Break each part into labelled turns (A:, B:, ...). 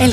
A: El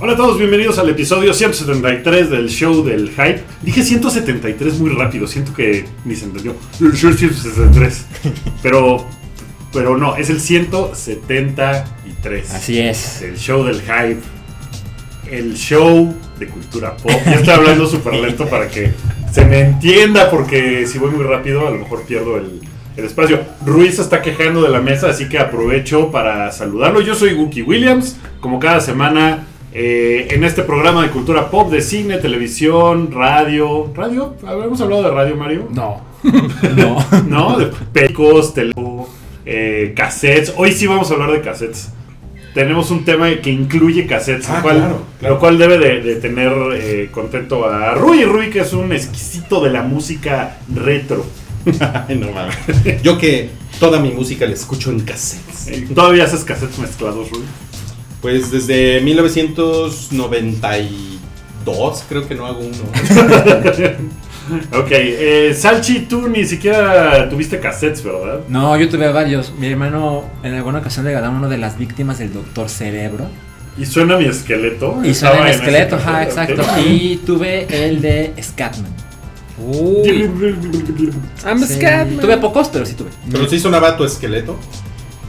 B: Hola a todos, bienvenidos al episodio 173 del show del hype. Dije 173 muy rápido, siento que ni se entendió. El show 173. Pero, pero no, es el 173.
C: Así es.
B: El show del hype. El show de cultura pop. Ya estoy hablando súper lento para que se me entienda, porque si voy muy rápido, a lo mejor pierdo el, el espacio. Ruiz se está quejando de la mesa, así que aprovecho para saludarlo. Yo soy Wookie Williams, como cada semana. eh, en este programa de cultura pop, de cine, televisión, radio. ¿Radio? ¿Habíamos hablado de radio, Mario?
C: No. No.
B: ¿no? De pecos, teléfono, eh, cassettes. Hoy sí vamos a hablar de cassettes. Tenemos un tema que incluye cassettes, lo,
D: Ah,
B: cual,
D: claro, claro.
B: lo cual debe de, de tener eh, contento a Rui Rui, que es un exquisito de la música retro.
D: Ay, no mames. Yo que toda mi música la escucho en cassettes.
B: Eh, ¿Todavía haces cassettes mezclados, Rui?
D: Pues desde 1992 creo que no hago uno.
B: Ok, eh, Salchi, tú ni siquiera tuviste cassettes, ¿verdad?
C: No, yo tuve varios. Mi hermano en alguna ocasión le ganó uno de las víctimas del doctor cerebro.
B: Y suena mi esqueleto.
C: Y
B: Ah, Estaba
C: son el
B: en ese
C: esqueleto, ajá,
B: cassette,
C: exacto.
B: ok.
C: Y tuve el de Scatman.
E: I'm
C: Sí,
E: Scatman.
C: Tuve pocos, pero sí tuve.
D: Pero sí sonaba tu esqueleto.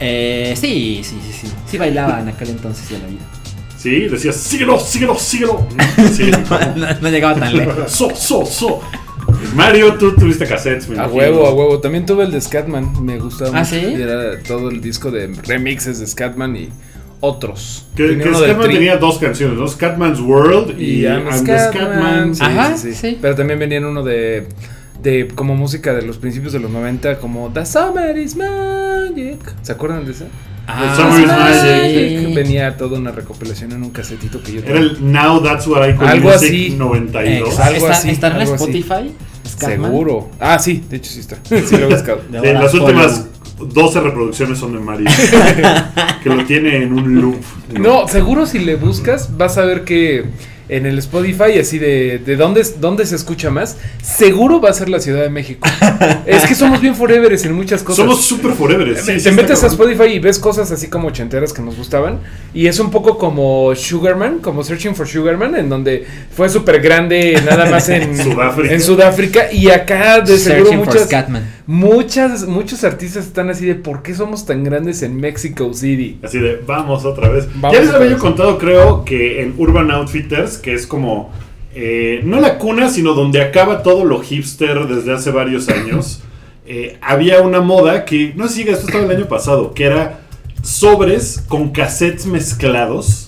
C: Eh, sí, sí, sí, sí. Sí bailaba en aquel entonces de la vida.
B: Sí, decías, síguelo, síguelo, síguelo. Sí.
C: No, no llegaba tan lejos.
B: So, so, so. Mario, tú tuviste cassettes, me
E: A
B: imagino.
E: huevo, a huevo. También tuve el de Scatman. Me gustaba
C: ¿Ah,
E: mucho.
C: sí?
E: Y Era todo el disco de remixes de Scatman y otros.
B: Que, que
E: uno de
B: Scatman
E: Tri-
B: tenía dos canciones, ¿no? Scatman's World y,
E: Y I'm
B: I'm the Scatman.
E: Scatman. sí,
C: Ajá,
E: sí, sí.
C: sí.
E: Pero también venían uno de. De como música de los principios de los 90, como The Summer is Magic. ¿Se acuerdan de esa?
C: Ah,
B: Summer is
C: sí.
E: Magic. Venía toda una recopilación en un casetito que yo
B: Era el Now That's What I Call
E: Algo
B: Music
E: así.
B: 92.
C: Exacto.
E: Algo
C: ¿Está-
E: así,
C: ¿Está en
E: algo así.
C: Spotify? Scatman?
E: Seguro. Ah, sí, de hecho sí está. Sí lo he buscado.
C: De
B: De
C: ahora
B: las
C: solo.
B: últimas 12 reproducciones son de Mario. que lo tiene en un loop.
E: No, seguro si le buscas vas a ver que en el Spotify así de, de dónde, dónde se escucha más, seguro va a ser la Ciudad de México. es que somos bien foreveres en muchas cosas.
B: Somos super forever.
E: Te- te metes a Spotify y ves cosas así como ochenteras que nos gustaban. Y es un poco como Sugarman, como Searching for Sugarman, en donde fue súper grande nada más en
B: Sudáfrica.
E: En Sudáfrica y acá de seguro
C: Searching for
E: muchas,
C: Scatman.
E: muchas, muchos artistas están así de ¿por qué somos tan grandes en Mexico City?
B: Así de, vamos otra vez.
E: Vamos
B: ya les
E: otra
B: había yo
E: vez.
B: contado, creo, que en Urban Outfitters, que es como, eh, no la cuna, sino donde acaba todo lo hipster desde hace varios años, eh, había una moda que, no sé si esto estaba el año pasado, que era sobres con cassettes mezclados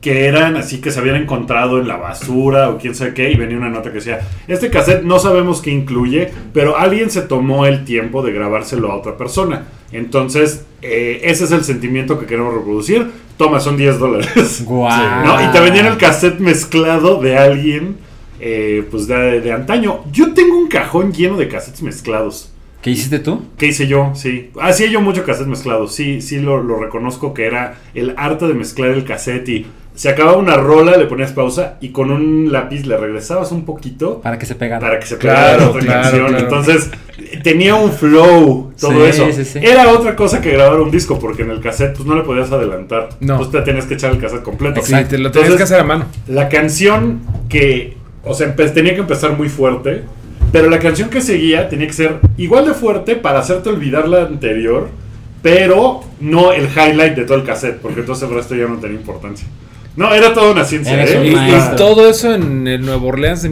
B: que eran así que se habían encontrado en la basura o quién sabe qué y venía una nota que decía, este cassette no sabemos qué incluye, pero alguien se tomó el tiempo de grabárselo a otra persona. Entonces, eh, ese es el sentimiento que queremos reproducir. Toma, son 10 dólares.
C: Guau.
B: ¿no? Y te vendían
C: Ah.
B: el cassette mezclado de alguien, eh, pues de, de antaño. Yo tengo un cajón lleno de cassettes mezclados.
C: ¿Qué hiciste tú?
B: ¿Qué hice yo? Sí. Hacía yo mucho cassette mezclado. Sí, sí lo, lo reconozco que era el arte de mezclar el cassette y se acababa una rola, le ponías pausa y con un lápiz le regresabas un poquito
C: Para que se pegara.
B: para que se
E: Ah,
B: pegara la
E: Claro,
B: otra
E: claro,
B: canción.
E: claro.
B: Entonces, tenía un flow todo
C: Sí,
B: eso.
C: sí, sí.
B: Era otra cosa que grabar un disco porque en el cassette pues no le podías adelantar.
E: No.
B: Pues te tenías que echar el cassette completo.
E: Sí, te lo tenías
B: Entonces,
E: que hacer a mano.
B: la canción que, o sea, empe- tenía que empezar muy fuerte, pero la canción que seguía tenía que ser igual de fuerte para hacerte olvidar la anterior, pero no el highlight de todo el cassette, porque entonces el resto ya no tenía importancia. No, era toda una ciencia,
C: Eres
B: ¿eh?
C: un
E: Y, y
C: maestro.
E: todo eso en el Nuevo Orleans de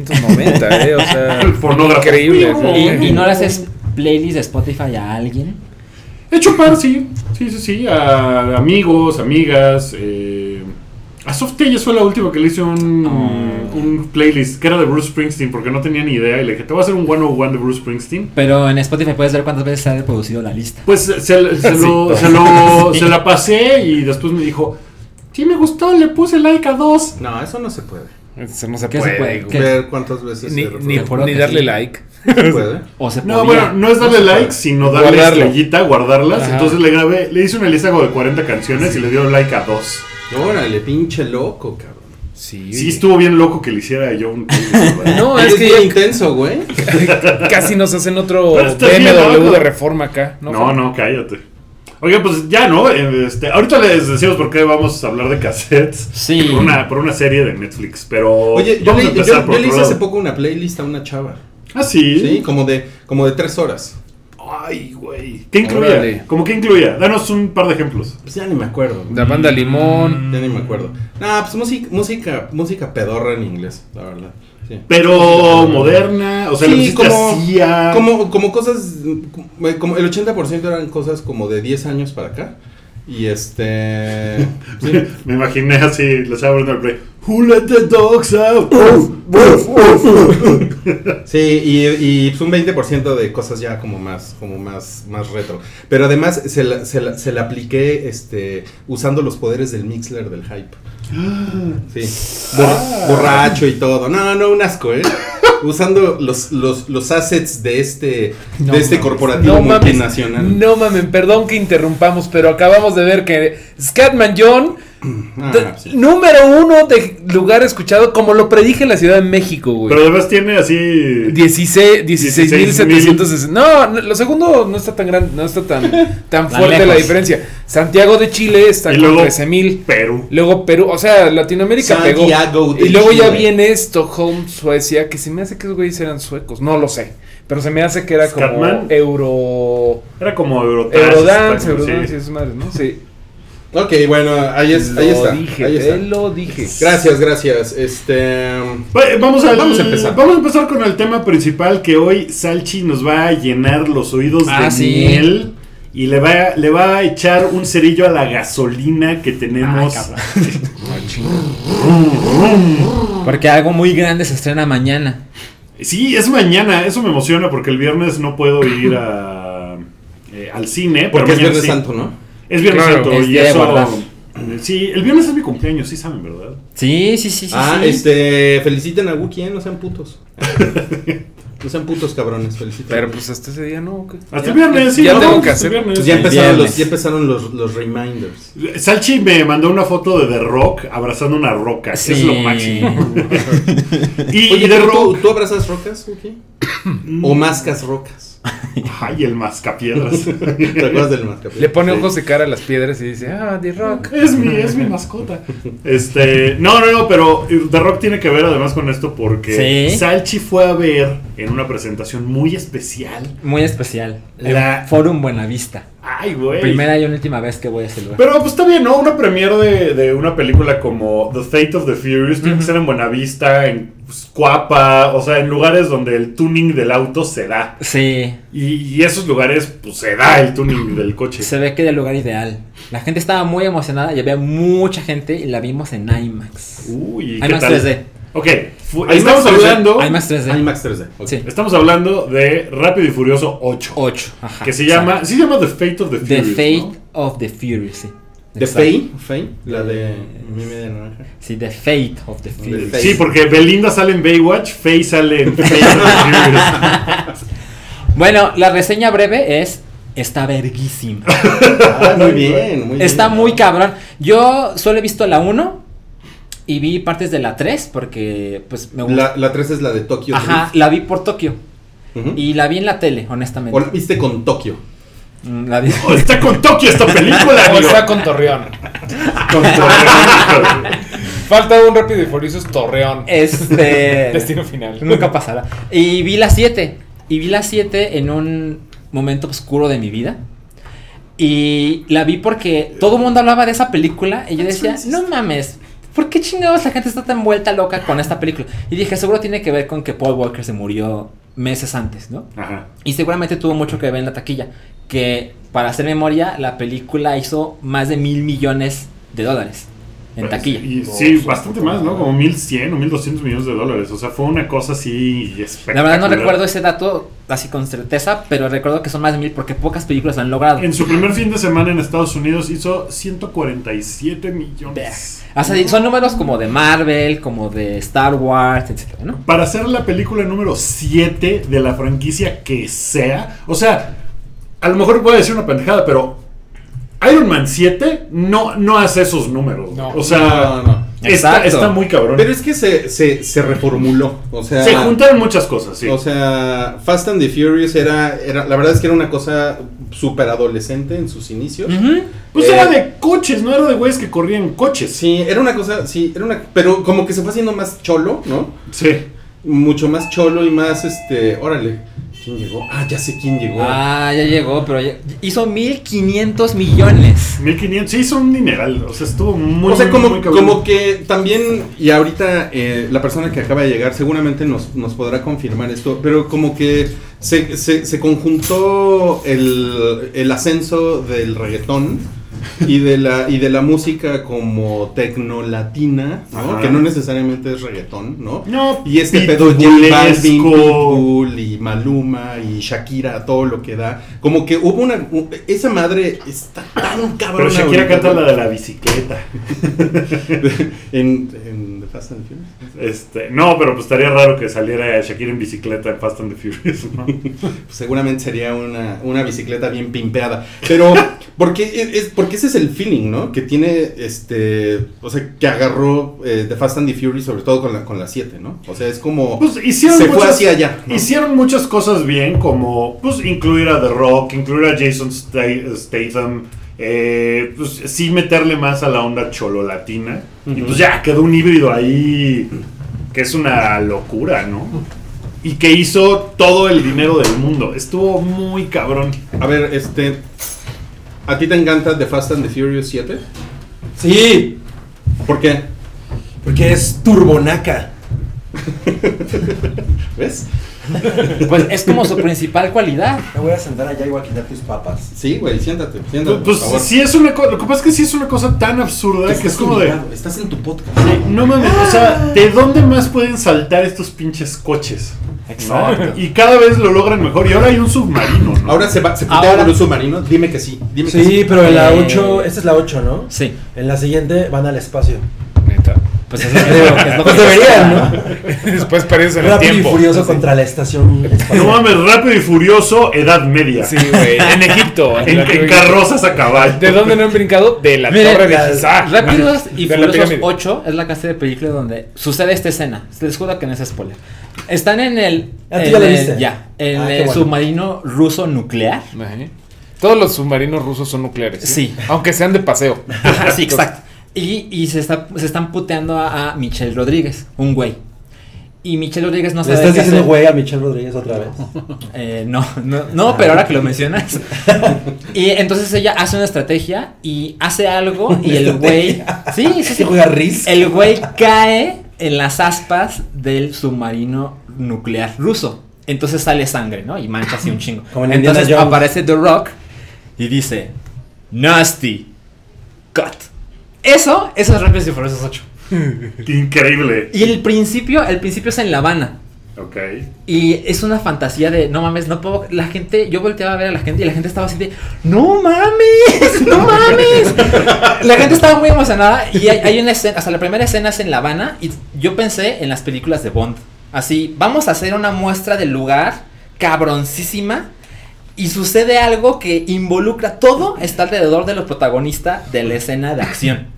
E: 1790, ¿eh? O sea,
B: El fonógrafo.
E: increíble.
C: ¿Y,
E: sí.
C: y no le haces playlist de Spotify a alguien?
B: He hecho par, sí. Sí, sí, sí. A amigos, amigas. eh, A Softellas fue la última que le hice un,
C: Oh.
B: un playlist que era de Bruce Springsteen porque no tenía ni idea. Y le dije, te voy a hacer un 101 de Bruce Springsteen.
C: Pero en Spotify puedes ver cuántas veces se ha reproducido la lista.
B: Pues se, se lo, se, lo- se la pasé y después me dijo, sí me gustó, le puse like a dos.
D: No, eso no se puede.
E: Eso no se
C: ¿Qué se
E: puede.
C: puede?
E: güey.
C: ¿Qué?
D: Ver cuántas veces se
E: Ni, ni-
D: reproduce.
C: juro
E: ni
C: que
E: darle
C: sí.
E: like.
D: Se puede.
C: O se
B: No,
C: podía.
B: bueno, no es darle like, sino darle
E: Guardarlo.
B: estrellita, guardarlas.
E: Ajá.
B: Entonces le grabé, le hice un alisago de 40 canciones y le dio like a dos.
D: Órale, pinche loco, cabrón.
E: Sí.
B: Sí, estuvo bien loco que le hiciera yo un
E: No,
D: Eres
E: es que
D: bien
E: ya
D: intenso, güey.
E: casi nos hacen otro
B: Pero estás bien,
E: BMW
B: ¿no?
E: de reforma acá. No,
B: No, no, cállate. Oiga, pues ya, ¿no? Eh, Este, ahorita les decimos por qué vamos a hablar de cassettes.
C: Sí.
B: Por una, por una serie de Netflix, pero.
D: Oye, yo
B: vamos a
D: le,
B: empezar
D: yo-
B: por
D: yo le
B: otro
D: hice hace
B: lado.
D: poco una playlist a una chava.
B: Ah, sí.
D: Sí, como de, como de tres horas.
B: Ay, güey. ¿Qué incluía?
E: Órale.
B: ¿Cómo que incluía? Danos un par de ejemplos.
D: Pues ya ni me acuerdo. güey.
E: La banda Limón.
D: Ya ni me acuerdo. Ah, pues música, música, música pedorra en inglés, la verdad. Sí.
B: Pero moderna, o sea, le
D: Sí,
B: pusiste
D: como-
B: así ah. a-
D: Como, como cosas, mm, como el 80% eran cosas como de 10 años para acá. Y este... sí.
B: Me imaginé así, les estaba abriendo el play. Who let the dogs out? Uf, uf,
D: Sí, y, y pues, un 20% de cosas ya como más, como más, más retro. Pero además se la, se la- se la apliqué este, usando los poderes del Mixler del hype. Sí. Bor-
E: Ah.
D: Borracho y todo. No, no, un asco, ¿eh? Usando los, los, los assets de este,
C: No
D: de este
C: mames.
D: corporativo
E: No mames,
D: multinacional.
E: no mames, perdón que interrumpamos, pero acabamos de ver que Scatman John,
D: Ah,
E: t-
D: sí.
E: número uno de lugar escuchado, como lo predije en la Ciudad de México,
B: Pero
E: güey.
B: además tiene así.
E: 16
B: 16,760.
E: 16.760. No, no, lo segundo no está tan gran, no está tan, tan
C: Tan
E: fuerte la
C: lejos.
E: diferencia. Santiago de Chile está
B: Y
E: con
B: luego-
E: 13.000.
B: Perú.
E: Luego Perú, o sea, Latinoamérica pegó.
D: Santiago de
E: Y luego ya
D: Chile.
E: viene Stockholm, Suecia, que se me hace que esos güeyes eran suecos, no lo sé. Pero se me hace que era como
B: Scatman.
E: euro.
B: Era como Eurodance.
E: Eurodance,
B: está como-
E: Eurodance,
B: sí.
E: esas madres, ¿no? Sí.
D: Ok, bueno, ahí, es,
E: lo
D: ahí está.
E: dije,
D: ahí
E: te
D: está.
E: lo dije.
D: Gracias, gracias. Este.
B: Va- Vamos a,
D: Vamos a empezar.
B: Vamos a empezar con el tema principal que hoy Salchi nos va a llenar los oídos
C: Ah,
B: de
C: sí.
B: miel y le va, a- le va a echar un cerillo a la gasolina que tenemos.
C: Ay, Porque algo muy grande se estrena mañana.
B: sí, es mañana. Eso me emociona porque el viernes no puedo ir a, eh, al cine. pero
D: Porque es
B: mañana
D: Viernes
B: sí.
D: Santo, ¿no?
B: Es viernes
E: Claro,
B: santo
C: es
B: y
C: día de guardar.
B: eso. Sí, el viernes es mi cumpleaños, sí saben, ¿verdad?
C: Sí, sí, sí, sí.
D: ah,
C: sí.
D: este. Feliciten a Wookiee, ¿eh? no sean putos. no sean putos, cabrones. Feliciten.
E: Pero pues hasta ese día no. ¿o qué?
B: Hasta
D: Ya,
B: el viernes, sí.
E: ya
B: ¿no?
E: tengo que
B: Hasta el
E: hacer.
B: viernes.
D: Pues ya empezaron,
C: viernes.
D: los, ya empezaron los, los reminders.
B: Salchi me mandó una foto de The Rock abrazando una roca.
C: Sí.
B: Es lo máximo. y
D: Oye,
B: The
D: ¿tú- ¿tú,
B: Rock.
D: tú abrazas rocas, Wookiee? ¿O mascas rocas?
B: Ay, el mascapiedras.
D: ¿Te acuerdas del mascapié?
E: Le pone
D: Sí.
E: ojos de cara a las piedras y dice, ah, The Rock.
B: Es mi, es mi mascota. Este, no, no, no, pero The Rock tiene que ver además con esto porque
C: Sí.
B: Salchi fue a ver en una presentación muy especial.
C: Muy especial.
B: La-
C: El Forum Buenavista.
B: Ay, güey.
C: Primera y última vez que voy a ese lugar.
B: Pero pues está bien, ¿no? Una premiere de, de una película como The Fate of the Furious tiene que ser en Buenavista, en pues, Cuapa, o sea, en lugares donde el tuning del auto se da.
C: Sí.
B: Y, y esos lugares, pues se da el tuning del coche.
C: Se ve que era el lugar ideal. La gente estaba muy emocionada y había mucha gente y la vimos en IMAX.
B: Uy, ¿y ¿qué
C: IMAX
B: tal?
C: 3D.
B: Ok, fu-
D: Hay
B: estamos
D: más tres D,
B: hablando,
C: IMAX 3D.
D: IMAX 3D. ok.
C: Sí.
B: estamos hablando de Rápido y Furioso 8.
C: 8. Ajá.
B: Que se
C: exacto.
B: llama, sí se llama The Fate of the
C: The
B: Furious.
C: Fate
B: ¿no?
C: of the Furious, sí.
D: ¿De
C: Exacto.
D: Faye? ¿Faye? La de. Mi media naranja.
C: Sí, The Fate of the Furious.
D: Fate.
B: Sí, porque Belinda sale en Baywatch, Faye sale en Fate of the Furious.
C: Bueno, la reseña breve es. Está verguísima.
D: Ah, muy bien, muy bien.
C: Está muy cabrón. Yo solo he visto la 1 y vi partes de la 3 porque, pues, me gusta.
D: La, la 3 es la de Tokio.
C: Ajá, la vi por Tokio.
D: Drift. Ujú.
C: Y la vi en la tele,
D: O la
C: honestamente.
D: viste con Tokio.
C: Mm, La vi.
B: Oh, está con Tokio esta
C: Oh,
B: película,
E: O
B: amigo.
E: está con Torreón.
B: Con Torreón.
E: Falta un rápido y furioso es Torreón.
C: Este.
E: Destino final.
C: Nunca pasará. Y vi la 7. Y vi la 7 en un momento oscuro de mi vida. Y la vi porque todo el mundo hablaba de esa película. Y yo decía, no mames, ¿por qué chingados la gente está tan vuelta loca con esta película? Y dije, seguro tiene que ver con que Paul Walker se murió meses antes, ¿no?
B: Ajá.
C: Y seguramente tuvo mucho que ver en la taquilla. Que para hacer memoria, la película hizo más de mil millones de dólares. en taquilla.
B: Pues, Y, sí, bastante más, ¿no? Como 1100 o 1200 millones de dólares. O sea, fue una cosa así
C: La
B: espectacular.
C: verdad no recuerdo ese dato así con certeza, pero recuerdo que son más de mil porque pocas películas lo han logrado.
B: En su primer fin de semana en Estados Unidos hizo 147 millones.
C: O sea, son números como de Marvel, como de Star Wars, etcétera, ¿no?
B: Para hacer la película número 7 de la franquicia que sea. O sea, a lo mejor voy a decir una pendejada, pero Iron Man 7 no, no hace esos números.
E: No.
B: o sea,
D: No, no.
B: Está,
C: Exacto.
B: está muy cabrón.
D: Pero es que se, se, se reformuló. O sea,
B: Se juntaron muchas cosas, sí.
D: O sea, Fast and the Furious era, era la verdad es que era una cosa súper adolescente en sus inicios.
C: Ujú.
B: pues
D: eh,
B: era de coches, no era de güeyes que corrían coches.
D: Sí, era una cosa, sí, era una, pero como que se fue haciendo más cholo, ¿no?
B: Sí.
D: Mucho más cholo y más, este, órale, ¿quién llegó? Ah, ya sé quién llegó.
C: Ah, ya llegó, pero ya- hizo 1500 millones.
B: 1500, sí, hizo un dineral. O sea, estuvo muy.
D: o sea,
B: muy,
D: como,
B: muy cabrón.
D: como que también, y ahorita eh, la persona que acaba de llegar seguramente nos, nos podrá confirmar esto, pero como que se, se- se conjuntó el, el ascenso del reggaetón y de la, y de la música como tecnolatina, ¿no?
B: Ajá.
D: que no necesariamente es reggaetón, ¿no?
B: No,
D: Y este pedo J Balvin,
B: pitbullesco.
D: Pitbull y Maluma y Shakira, todo lo que da. Como que hubo una... u- Esa madre está tan
B: Pero
D: cabrona.
B: Shakira
D: ahorita,
B: canta
D: ¿no?
B: la de la bicicleta.
D: en, en The Fast and Furious.
B: Este, no, pero pues estaría raro que saliera Shakira en bicicleta en Fast and the Furious, ¿no?
D: Pues seguramente sería una, una bicicleta bien pimpeada. Pero, porque, es, es- porque ese es el feeling, ¿no? Que tiene, este, o sea, que agarró eh, The Fast and the Furious, sobre todo con la, con la 7, ¿no? O sea, es como...
B: Pues hicieron
D: se fue
B: muchas-
D: hacia allá. ¿no?
B: Hicieron muchas cosas bien, como pues incluir a The Rock, incluir a Jason Sta- Statham, eh, pues sí meterle más a la onda cholo latina. Y pues ya quedó un híbrido ahí que es una locura, ¿no? Y que hizo todo el dinero del mundo. Estuvo muy cabrón.
D: A ver, este... ¿A ti te encanta The Fast and the Furious 7?
F: Sí,
D: ¿Por qué?
F: porque es turbonaca.
D: ¿Ves?
C: Pues es como su principal cualidad.
F: Me voy a sentar allá y voy a quitar tus papas.
D: Sí, güey, siéntate, siéntate,
B: Pues, pues,
D: por favor.
B: sí es una cosa, lo que pasa es que sí es una cosa tan absurda que es como de...
F: humillado, Estás en tu podcast.
B: Sí, no mames, o sea, ¿de dónde más pueden saltar estos pinches coches?
C: Exacto.
B: Y cada vez lo logran mejor. Y ahora hay un submarino, ¿no?
D: Ahora se va, se
C: Ahora-
D: putea con un submarino, dime que sí, dime que
F: Sí, pero en la
C: Eh.
F: 8, esta es la 8, ¿no?
C: Sí,
F: En la siguiente van al espacio.
E: Neta.
C: pues es lo que digo, que es lo que
F: Pues deberían, ¿no?
E: Después parece en el
F: Rápido y
E: tiempo.
F: furioso contra la estación
B: No
F: espacial.
B: mames, rápido y furioso, edad media.
E: Sí, güey. En Egipto.
B: En,
E: la-
B: en carrozas a caballo.
E: ¿De dónde no han brincado? De la
C: Miren,
E: torre de
F: la-
E: Giza.
C: Rápidos y
E: De la
C: Furiosos
E: pirámide.
C: 8 es la clase de película donde sucede esta escena. Les juro que no es spoiler. Están en el.
F: Ah, tú
C: en
F: ya la
C: el-
F: viste.
C: ya, en
F: Ah, qué
C: el
F: bueno.
C: submarino ruso nuclear.
E: Ajá. Todos los submarinos rusos son nucleares. ¿eh?
C: Sí.
E: Aunque sean de paseo.
C: Ajá, sí, exacto. Y, y se, está, se están puteando a, a Michelle Rodríguez, un güey. Y Michelle Rodríguez no
F: Le
C: sabe
F: estás
C: qué
F: diciendo
C: hacer.
F: güey Ah, a Michelle Rodríguez otra vez.
C: Eh, no, no, no, pero ahora que lo mencionas. Y entonces ella hace una estrategia y hace algo y el güey. Sí, sí, sí.
F: ¿Se juega Risk?
C: El güey cae en las aspas del submarino nuclear ruso. Entonces sale sangre, ¿no? Y mancha así un chingo.
F: Como en Indiana
C: Entonces
F: Jones.
C: aparece The Rock y dice: Nasty cut. Eso, eso es Rápidos y Furiosos 8.
B: Increíble.
C: Y el principio, el principio es en La Habana.
B: Ok.
C: Y es una fantasía de, no mames, no puedo, la gente, yo volteaba a ver a la gente y la gente estaba así de, no mames, no mames. La gente estaba muy emocionada y hay, hay una escena, hasta la primera escena es en La Habana y yo pensé en las películas de Bond. Así, vamos a hacer una muestra del lugar cabroncísima y sucede algo que involucra todo, está alrededor de los protagonistas de la escena de acción.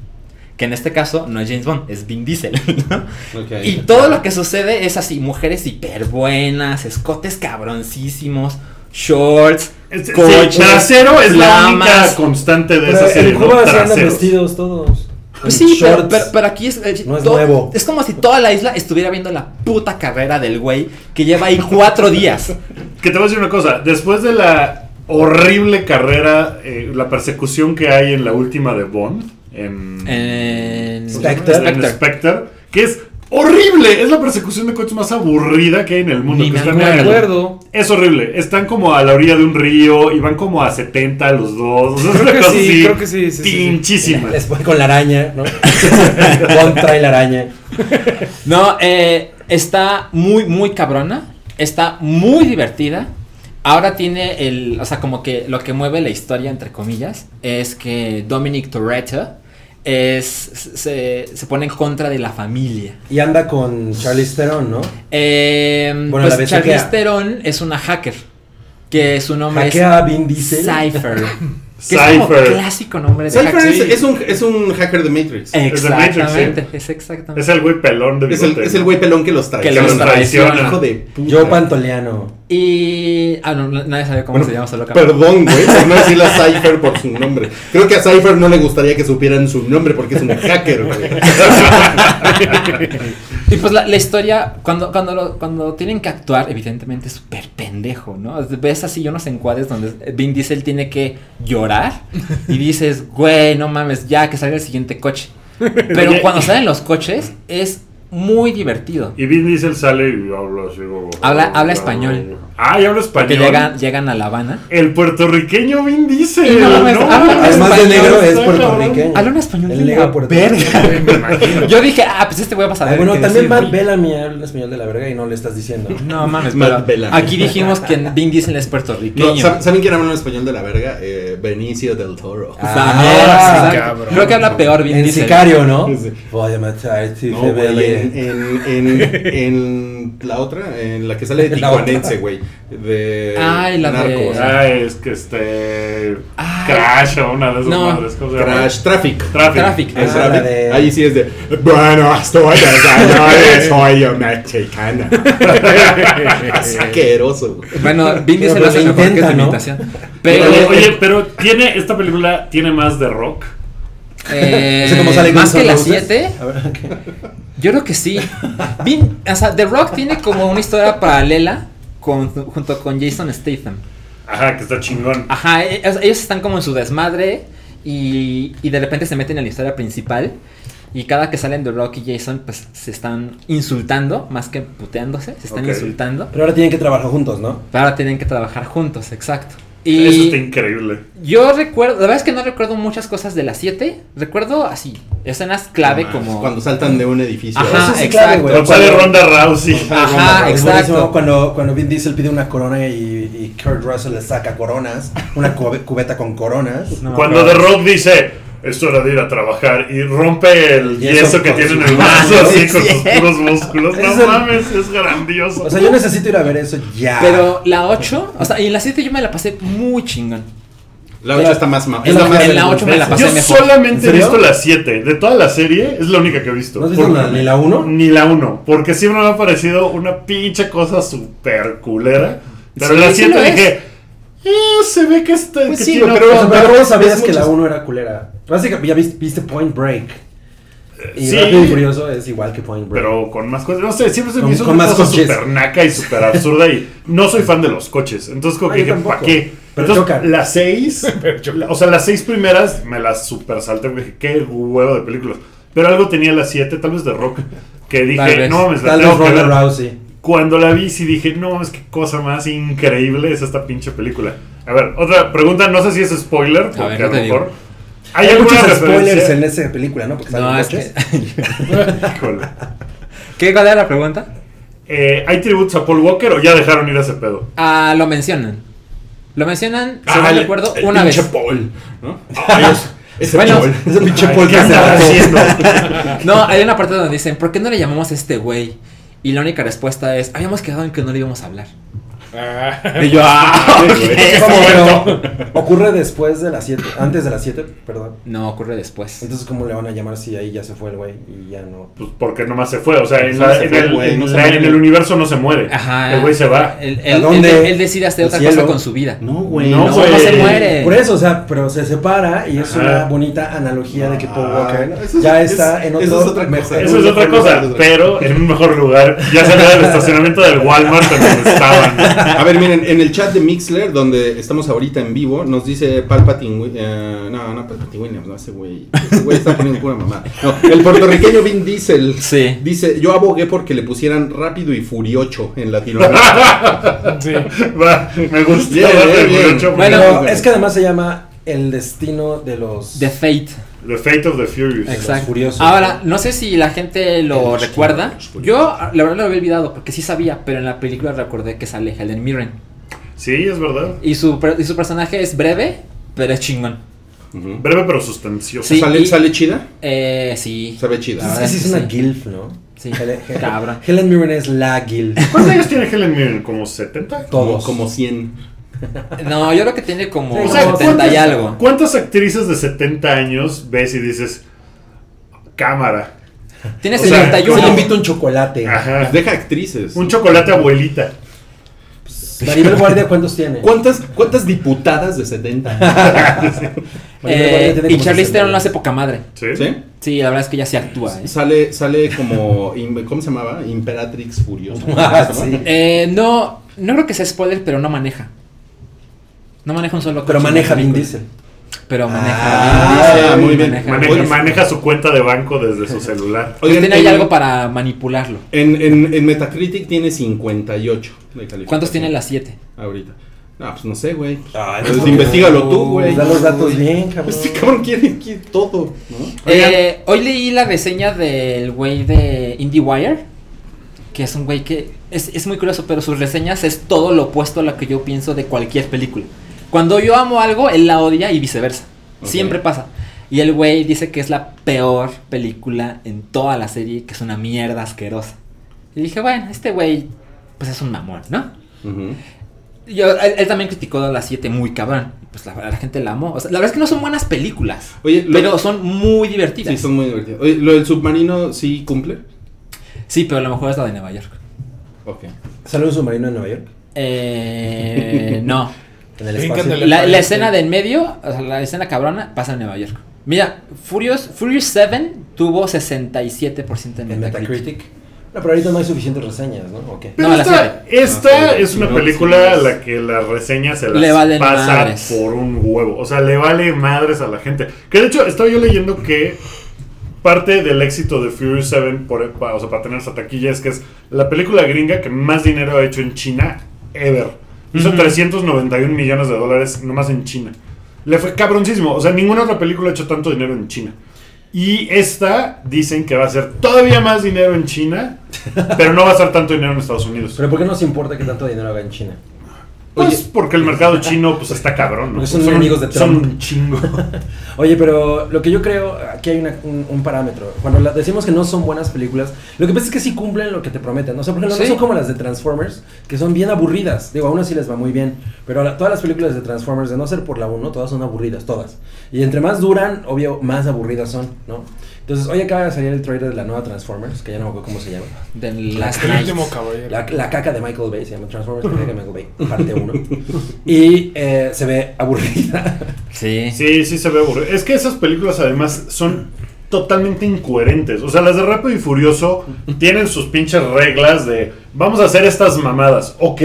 C: Que en este caso no es James Bond, es Vin Diesel, ¿no?
D: sí. Ok.
C: Y todo lo que sucede es así, mujeres hiper buenas, escotes cabroncísimos, shorts,
B: Este-
C: coches,
B: sí, trasero es la única
C: flamas.
B: constante de
F: Pero eh,
B: esa serie.
F: en Cuba
B: ¿no?
F: se andan
B: Traseros.
F: vestidos todos.
C: Pues
F: Con
C: sí, pero,
F: shorts.
C: pero- pero aquí es, eh,
F: No es
C: to-
F: nuevo.
C: es como si toda la isla estuviera viendo la puta carrera del güey que lleva ahí cuatro días.
B: Que te voy a decir una cosa. Después de la horrible carrera, eh, la persecución que hay en la última de Bond, en.
C: En-
F: Spectre.
B: en Spectre, que es horrible. Es la persecución de coches más aburrida que hay en el mundo.
C: Ni
B: que
C: me
B: está en
E: Me
B: el-
E: acuerdo.
B: Es horrible. Están como a la orilla de un río y van como a 70 los dos. O sea, es
E: Creo
B: una
E: que
B: cosa
E: sí,
B: así
E: creo que sí, sí, sí, sí.
B: Pinchísima.
F: Después con la araña, ¿no? Contra y la araña.
C: No, eh, está muy, muy cabrona. Está muy divertida. Ahora tiene el. O sea, como que lo que mueve la historia, entre comillas, es que Dominic Toretto es, se, se pone en contra de la familia.
F: Y anda con Charlize Theron, ¿no?
C: Eh,
F: Bueno, la
C: pues
F: besuquea.
C: Charlize Theron es una hacker. Que su nombre
F: Hackea a Vin
C: es
F: Diesel.
C: Cypher. que es como
B: Cypher.
C: clásico nombre de
D: Cypher
C: hacker.
D: es, es un, es un hacker de Matrix.
B: Es de Matrix,
C: Exactamente,
B: ¿eh?
C: es exactamente.
B: Es el güey pelón de
D: es, el,
B: bigote,
D: es el
B: ¿no?
D: güey pelón que los trae.
C: Que
B: que
C: los
B: los traiciona.
C: traiciona.
D: Hijo de puta.
F: Yo Pantoliano.
C: Y. Ah, no, nadie sabe cómo se llama, solo cambió.
D: Perdón, güey, por no decirle a Cypher por su nombre. Creo que a Cypher no le gustaría que supieran su nombre porque es un hacker, güey.
C: Y pues la, la historia, cuando, cuando, lo- cuando tienen que actuar, evidentemente es súper pendejo, ¿no? Ves así unos encuadres donde Vin Diesel tiene que llorar y dices, güey, no mames, ya que salga el siguiente coche. Pero
B: Oye,
C: cuando salen los coches es muy divertido.
B: Y Vin Diesel sale y habla así como-
C: Habla- habla español.
B: Ah, y habla español.
C: Porque llegan, llegan a La Habana.
B: El puertorriqueño Vin Diesel.
C: No mames, habla
F: Además
C: español,
F: de negro es
B: está
F: puertorriqueño.
C: Habla un español de
F: El negro
C: la
F: puertorriqueño.
E: Me imagino.
C: Yo dije, ah, pues este voy a pasar.
F: Ah, bueno, también Matt Bellamy habla español de la verga y no le estás diciendo.
C: No mames, pero
D: Matt Bellamy.
C: aquí dijimos que Vin Diesel es
D: No,
C: puertorriqueño.
D: ¿sab- ¿Saben quién habla un español de la verga? Eh, Benicio del Toro.
C: También,
F: Ah,
C: Pues, exacto.
E: cabrón.
C: Creo que habla peor Vin
F: en
C: Diesel. ¿eh?
F: Sicario, ¿no?
D: Sí.
F: Voy a este matar si
D: No,
F: se
D: güey,
F: ve
D: en, en- en- en la otra, en la que sale de
F: En la otra.
D: Tijuanense, güey. De
C: Ay, la de-
D: Narcos.
B: Ah, es que este.
F: Ah,
C: Ay.
B: Crash o una de esas
C: No.
B: madres. ¿Cómo se llama?
D: Crash Traffic.
B: Traffic.
C: Traffic.
D: Es
F: Ah, la
D: Traffic.
F: de-
D: Ahí sí es de Bueno, estoy soy mexicana. Asqueroso, güey.
C: Bueno, Vin Diesel
F: Pero
C: lo hace
F: lo
C: mejor que
F: intenta,
C: su
F: ¿no?
C: imitación.
B: Pero,
C: Pero,
B: oye,
F: eh,
B: pero tiene esta película tiene más de rock.
C: eh,
F: No sé cómo sale
C: más
F: Guns
C: que
F: N'
C: las
F: Roses.
C: 7,
F: A ver, ok.
C: yo creo que sí. Vin, o sea, The Rock tiene como una historia paralela con, junto con Jason Statham.
B: Ajá, que está chingón.
F: Ah,
C: Ajá, e- ellos ellos están como en su desmadre y, y de repente se meten en la historia principal. Y cada que salen The Rock y Jason, pues se están insultando, más que puteándose, se están
B: Ok.
C: insultando.
F: Pero ahora tienen que trabajar juntos, ¿no?
C: Pero ahora tienen que trabajar juntos, exacto.
B: Eso está increíble.
C: Yo recuerdo, la verdad es que no recuerdo muchas cosas de las 7. Recuerdo así, escenas clave
D: Ah,
C: como.
D: Cuando saltan de un edificio.
C: Ajá,
F: Eso sí, clave,
C: exacto.
F: güey.
B: Cuando sale Ronda Rousey.
C: Ajá,
F: Ronda, es
C: exacto.
F: buenísimo Cuando, cuando Vin Diesel pide una corona y, y Kurt Russell le saca coronas, una cube- cubeta con coronas.
C: No me
B: Cuando The
C: acuerdo.
B: Rock dice, es hora de ir a trabajar y rompe el
F: Y eso
B: yeso que
F: con
B: tiene en
F: su-
B: el brazo así
F: Sí,
B: con sus puros músculos.
F: Es
B: No
F: el-
B: mames, es grandioso.
F: O sea, yo necesito ir a ver eso ya.
C: Pero la 8, o sea, y en la 7 yo me la pasé muy chingón.
D: La otra está más ma-
C: En
D: está
C: la-
D: más
C: en la
D: vergonzosa.
C: ocho me la pasé
B: yo
C: mejor.
F: ¿En
B: solamente he
F: serio?
B: visto la 7. De toda la serie, es la única que he visto.
F: ¿No has visto
B: Porque-
F: la- ni la 1?
B: Ni la 1. Porque siempre me ha parecido una pinche cosa super culera. Pero
C: Sí,
B: la
C: sí lo
B: 7
C: es.
B: dije, "Eh, se ve que está.
D: Pues
B: que
D: sí,
B: tiene
D: pero-
B: otro-
F: Pero, pero ¿cómo sabías
D: es
F: que la
D: muchas-
F: 1 era culera? Básicamente, ya viste, viste Point Break. Y
B: sí.
F: Rápido y Furioso es igual que Point Break.
B: pero con más cosas. No sé, siempre se me
F: Con-
B: hizo
F: con
B: una
F: más
B: cosa
F: coches.
B: súper naca y súper absurda. Y no soy fan de los coches. Entonces, como
F: No,
B: que
F: yo
B: dije, ¿para
F: tampoco.
B: qué?
F: Pero
B: Entonces,
F: chocan.
B: las seis, la- o sea, las seis primeras me las super salté. Porque dije, qué huevo de películas. Pero algo tenía las siete, tal vez de rock, que
C: Tal
B: dije,
C: vez.
B: no mames, la
F: Tal vez
B: tengo que
F: Ronda
B: ver.
F: Rousey.
B: Cuando la vi, sí dije, no, es que cosa más increíble es esta pinche película. A ver, otra pregunta, no sé si es spoiler, porque a,
C: ver, no
B: lo
C: te digo.
B: mejor. ¿Hay,
F: Hay,
B: alguna
F: muchos spoilers
B: referencia?
F: en este- esa película, ¿no? Porque salen
C: No, es
F: coches.
C: que.
B: Híjole.
C: ¿Qué cuál era la pregunta?
B: Eh, ¿Hay tributos a Paul Walker o ya dejaron ir a ese pedo?
C: Ah, lo mencionan. Lo mencionan,
D: Ah,
C: según
D: el-
C: recuerdo,
D: el
C: una vez.
D: pinche Paul, ¿no? Ay, es- ese
C: Bueno,
D: Paul.
F: Ese pinche
B: Ay,
F: Paul
B: ¿qué
F: que hace
B: andan
F: rato.
B: haciendo?
C: No, hay una parte donde dicen, ¿por qué no le llamamos a este güey? Y la única respuesta es, habíamos quedado en que no le íbamos a hablar. Y yo, ah, ok.
F: ¿Cómo, pero ocurre después de las 7, antes de las 7, perdón.
C: No, ocurre después.
F: Entonces, ¿cómo le van a llamar si ahí ya se fue el güey y ya no?
B: Pues porque nomás se fue, o sea, en,
D: Nomás
B: la-
D: se
B: en
D: fue,
B: el,
D: güey,
B: en
D: no se
B: la-
D: muere.
B: en el universo no se muere.
C: Ajá. Eh,
B: El güey se va.
C: Él,
F: ¿A
C: él-
F: dónde?
C: él- él decide hacer
F: ¿Al
C: otra
F: cielo?
C: cosa con su vida.
D: No, güey.
B: No,
C: No, no se
B: güey.
C: muere.
F: Por eso, o sea, pero se separa y es
B: Ajá.
F: una bonita analogía de que Paul
D: Ah,
F: Walker
D: no, eso es-
F: ya
D: es-
F: está en
D: eso
F: otro
D: es otra cosa.
F: mejor-
B: Eso es otra cosa, pero en un mejor lugar. Ya salió del estacionamiento del Walmart en donde estaban.
D: A ver, miren, en el chat de Mixler, donde estamos ahorita en vivo, nos dice Palpatine. Wi- eh, no, no, Palpatine Williams, no, ese güey. Ese güey está poniendo pura mamá. No, el puertorriqueño Vin Diesel.
C: Sí.
D: Dice: Yo abogué porque le pusieran rápido y furiocho en Latinoamérica.
E: Sí.
B: Va, me gusta.
D: Bien,
B: va,
D: bien,
B: me
D: bien.
B: gustó.
C: Bueno,
D: Pero-
F: No, es que además se llama El destino de los,
C: The Fate.
B: The Fate of the Furious.
F: de los
C: Exacto.
F: furiosos.
C: Ahora, no sé si la gente lo
F: Los
C: recuerda.
F: furiosos.
C: Yo, ah, la verdad, lo había olvidado porque sí sabía, pero en la película recordé que sale Helen Mirren.
B: Sí, es verdad.
C: Y su, per- y su personaje es breve, pero es chingón.
D: Ujú.
B: Breve pero sustancioso.
C: Sí.
D: ¿Sale,
C: y-
D: sale chida?
C: Eh, sí.
D: Sabe
C: La
D: chida.
F: Pues Es
C: verdad
F: que sí
C: es
F: es
C: que
F: una
C: sí.
F: guilf, ¿no?
C: Sí,
F: Helen-
C: cabrón.
F: Helen Mirren es la guilf.
B: ¿Cuántos años tiene Helen Mirren? ¿Como 70?
D: Como,
F: Todos.
D: como 100.
C: No, yo creo que tiene como
F: O sea,
C: 70 y algo.
B: ¿Cuántas actrices de 70 años ves y dices cámara?
C: Tiene
B: o sea,
F: Yo le
C: 71.
F: invito un chocolate.
B: Ajá.
D: Deja actrices.
B: Un chocolate abuelita.
F: Maribel Guardia, ¿cuántos tiene?
D: ¿Cuántas, ¿Cuántas diputadas de 70?
F: Maribel Guardia
C: Eh,
F: tiene
C: y
F: como
C: Charlize
F: 60.
C: Theron lo hace poca madre.
B: ¿Sí?
D: ¿Sí?
C: Sí, la verdad es que ya se actúa. ¿eh?
D: Sale, sale como. im- ¿Cómo se llamaba? Imperatrix Furiosa.
F: Ah, sí.
C: Eh, no, no creo que sea spoiler, pero no maneja. No maneja un solo
F: Pero
C: coche en
F: maneja
C: la
F: Vin
C: película.
F: Diesel.
C: Pero maneja
D: Ah,
C: Vin Diesel,
D: muy bien.
C: Vin
B: Maneja,
D: Oye.
C: Diesel.
B: maneja su cuenta de banco desde su celular.
C: Pues
D: Oigan,
C: tiene ahí
D: en-
C: algo para manipularlo.
D: En, en, en Metacritic tiene 58 de calificación.
C: ¿Cuántos tiene las 7?
D: Ahorita. No, pues no sé, güey.
F: Ah,
D: Pues investigalo tú, güey.
F: Da los datos bien, cabrón.
D: Este cabrón quiere, quiere todo, ¿no?
C: Eh, hoy leí la reseña del güey de IndieWire, que es un güey que es, es muy curioso, pero sus reseñas es todo lo opuesto a lo que yo pienso de cualquier película. Cuando yo amo algo, él la odia y viceversa.
D: Ok.
C: Siempre pasa. Y el güey dice que es la peor película en toda la serie, que es una mierda asquerosa. Y dije, bueno, este güey, pues es un mamón, ¿no?
D: Ujú.
C: Yo, él, él también criticó a las 7 muy cabrón. Pues la, la gente la amó. O sea, la verdad es que no son buenas películas.
D: Oye, lo-
C: pero son muy divertidas.
D: Sí, son muy divertidos. Oye, ¿lo del submarino sí cumple?
C: Sí, pero a lo mejor es la de Nueva York.
D: Ok.
F: ¿Sale un submarino en Nueva York?
C: Eh, no.
F: En el
E: Sí,
F: espacio.
E: encántale.
C: La, la escena de en medio, o sea, la escena cabrona, pasa en Nueva York. Mira, Furious, Furious 7 tuvo 67% en
F: En
C: Metacritic.
F: Metacritic. No, pero ahorita no hay suficientes reseñas, ¿no? ¿O qué?
B: Pero
C: No, a la
B: esta, esta
D: Ah, sí.
B: es una
D: No,
B: película
D: sí,
B: a
D: es-
B: la que la reseña se las
C: Le valen
B: pasa
C: madres.
B: por un huevo. O sea, le vale madres a la gente. Que de hecho, estaba yo leyendo que parte del éxito de Furious 7, por, pa- o sea, para tener esa taquilla, es que es la película gringa que más dinero ha hecho en China ever. Hizo
C: Ujú.
B: 391 millones de dólares nomás en China. Le fue cabroncísimo. O sea, ninguna otra película ha hecho tanto dinero en China. Y esta dicen que va a ser todavía más dinero en China, pero no va a ser tanto dinero en Estados Unidos.
F: ¿Pero por qué nos importa que tanto dinero haga en China?
B: Pues
D: Oye.
B: porque el mercado chino pues está cabrón, ¿no?
F: Porque son
B: Son-
F: enemigos de
B: Son
F: Trump.
B: un chingo.
F: Oye, pero lo que yo creo, aquí hay una- un, un parámetro. Cuando la- decimos que no son buenas películas, lo que pasa es que sí cumplen lo que te prometen. ¿no? O sea, por ejemplo,
C: Sí.
F: no son como las de Transformers, que son bien aburridas. Digo, a uno sí les va muy bien. Pero la- todas las películas de Transformers, de no ser por la 1, todas son aburridas, todas. Y entre más duran, obvio, más aburridas son, ¿no? Entonces, hoy acaba de salir el trailer de la nueva Transformers, que ya no me acuerdo cómo se llama.
C: De Last
E: El
C: Night.
E: último caballero.
F: La, la caca de Michael Bay, se llama Transformers, la caca de Michael Bay, parte 1. Y eh, se ve aburrida.
C: Sí.
B: Sí, sí se ve aburrido. Es que esas películas además son totalmente incoherentes. O sea, las de Rápido y Furioso tienen sus pinches reglas de vamos a hacer estas mamadas, ¿ok?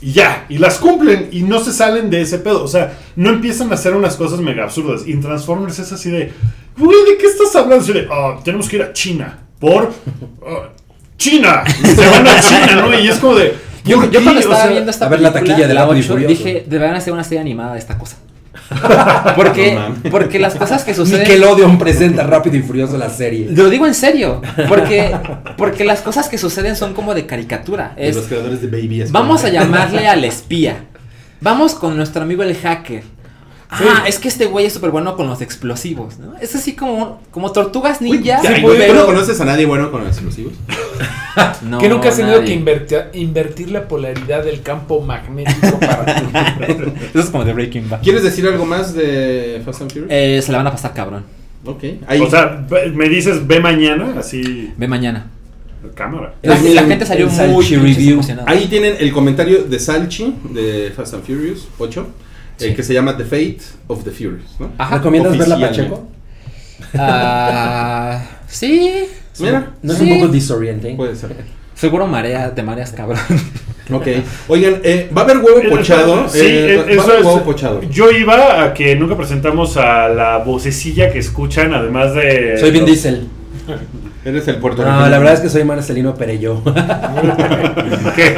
B: Y ya, y las cumplen y no se salen de ese pedo. O sea, no empiezan a hacer unas cosas mega absurdas. Y en Transformers es así de, güey, ¿de qué estás hablando? Así de, "Ah, tenemos que ir a China por ah, China. Y se van a China, ¿no? Y es como de,
C: Yo,
B: ¿por
C: yo
B: qué?
C: cuando
B: O
C: estaba
B: sea,
C: viendo esta
F: a ver la taquilla de Rápido y
C: 8,
F: Furioso.
C: dije, deberán hacer una serie animada de esta cosa. Porque,
D: No mames.
C: porque las cosas que suceden...
F: Nickelodeon presenta Rápido y Furioso la serie.
C: Lo digo en serio, porque, porque las cosas que suceden son como de caricatura.
D: De
C: Es,
D: los creadores de Baby es-
C: vamos a llamarle al espía. Vamos con nuestro amigo el hacker. Ah, es que este güey es súper bueno con los explosivos, ¿no? Es así como, como tortugas
D: Uy,
C: ninja.
D: ay,
C: pero-
D: güey, ¿Tú no conoces a nadie bueno con explosivos?
C: No,
E: que nunca has tenido
C: nadie.
E: que invertir, invertir la polaridad del campo magnético para
C: Eso es como de Breaking Bad.
D: ¿Quieres decir algo más de Fast and Furious?
C: Eh, se la van a pasar cabrón.
D: ok. Ahí.
B: O sea, ve- me dices, ve mañana, así,
C: Ve mañana.
B: cámara.
C: La,
D: Pues miren,
C: la gente salió
F: el
C: muy
F: Salchi
C: pinches
F: Review.
C: emocionada.
D: Ahí tienen el comentario de Salchi de Fast and Furious 8, eh,
C: Sí. Ah,
D: que se llama The Fate of the Furious. ¿no?
C: Ajá.
F: ¿Recomiendas verla
D: Oficial,
F: Pacheco?
C: Ah, sí.
D: Mira,
F: ¿No es
C: Sí.
F: un poco disorienting?
E: Pues,
D: puede ser.
C: Seguro marea, te mareas cabrón.
D: Ok. Oigan, eh, va a haber huevo pochado.
B: Sí,
D: eh, va-
B: eso
D: va a haber
B: es-
D: huevo pochado.
B: Yo iba a que nunca presentamos a la vocecilla que escuchan, además de.
F: Soy Vin Diesel.
D: Eres el puertorriqueño.
F: No, la verdad es que soy Marcelino Pereyó.
B: ¿Qué?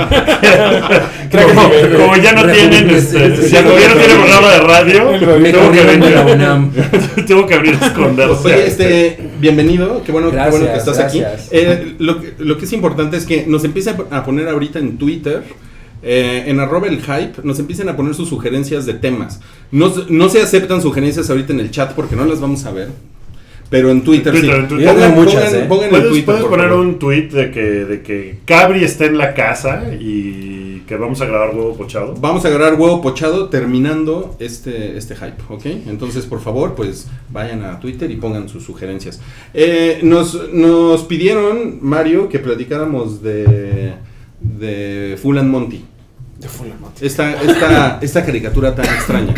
F: Creo que
B: como,
F: sí, pero-
B: como ya no
F: pero-
B: tienen,
F: sí,
B: este,
F: sí,
B: ya,
F: sí,
B: no- ya
F: sí,
B: no tienen
F: sí.
B: programa de radio,
F: Me
B: tengo que
F: corrieron de la
B: venir.
F: UNAM.
B: Tengo que abrir a esconderse.
D: Oye, este, bienvenido, qué bueno, qué bueno que
F: Gracias,
D: estás
F: gracias.
D: aquí. Eh, lo, que- lo que es importante es que nos empiecen a poner ahorita en Twitter, eh, en arroba el hype, nos empiecen a poner sus sugerencias de temas. No, s- no se aceptan sugerencias ahorita en el chat porque no las vamos a ver, pero en Twitter,
B: Twitter,
D: sí.
B: en Twitter.
D: Pongan,
F: Yo tengo muchas,
D: pongan-
F: ¿eh?
D: pongan en
B: ¿Puedes,
D: Twitter,
B: puedes
D: por
B: poner
D: favor.
B: un tweet de que, de que Cabri está en la casa y que vamos a grabar huevo pochado?
D: Vamos a agarrar huevo pochado terminando este, este hype, ¿ok? Entonces, por favor, pues vayan a Twitter y pongan sus sugerencias. Eh, nos, nos pidieron, Mario, que platicáramos de, de Full and Monty. Esta, esta, esta caricatura tan extraña.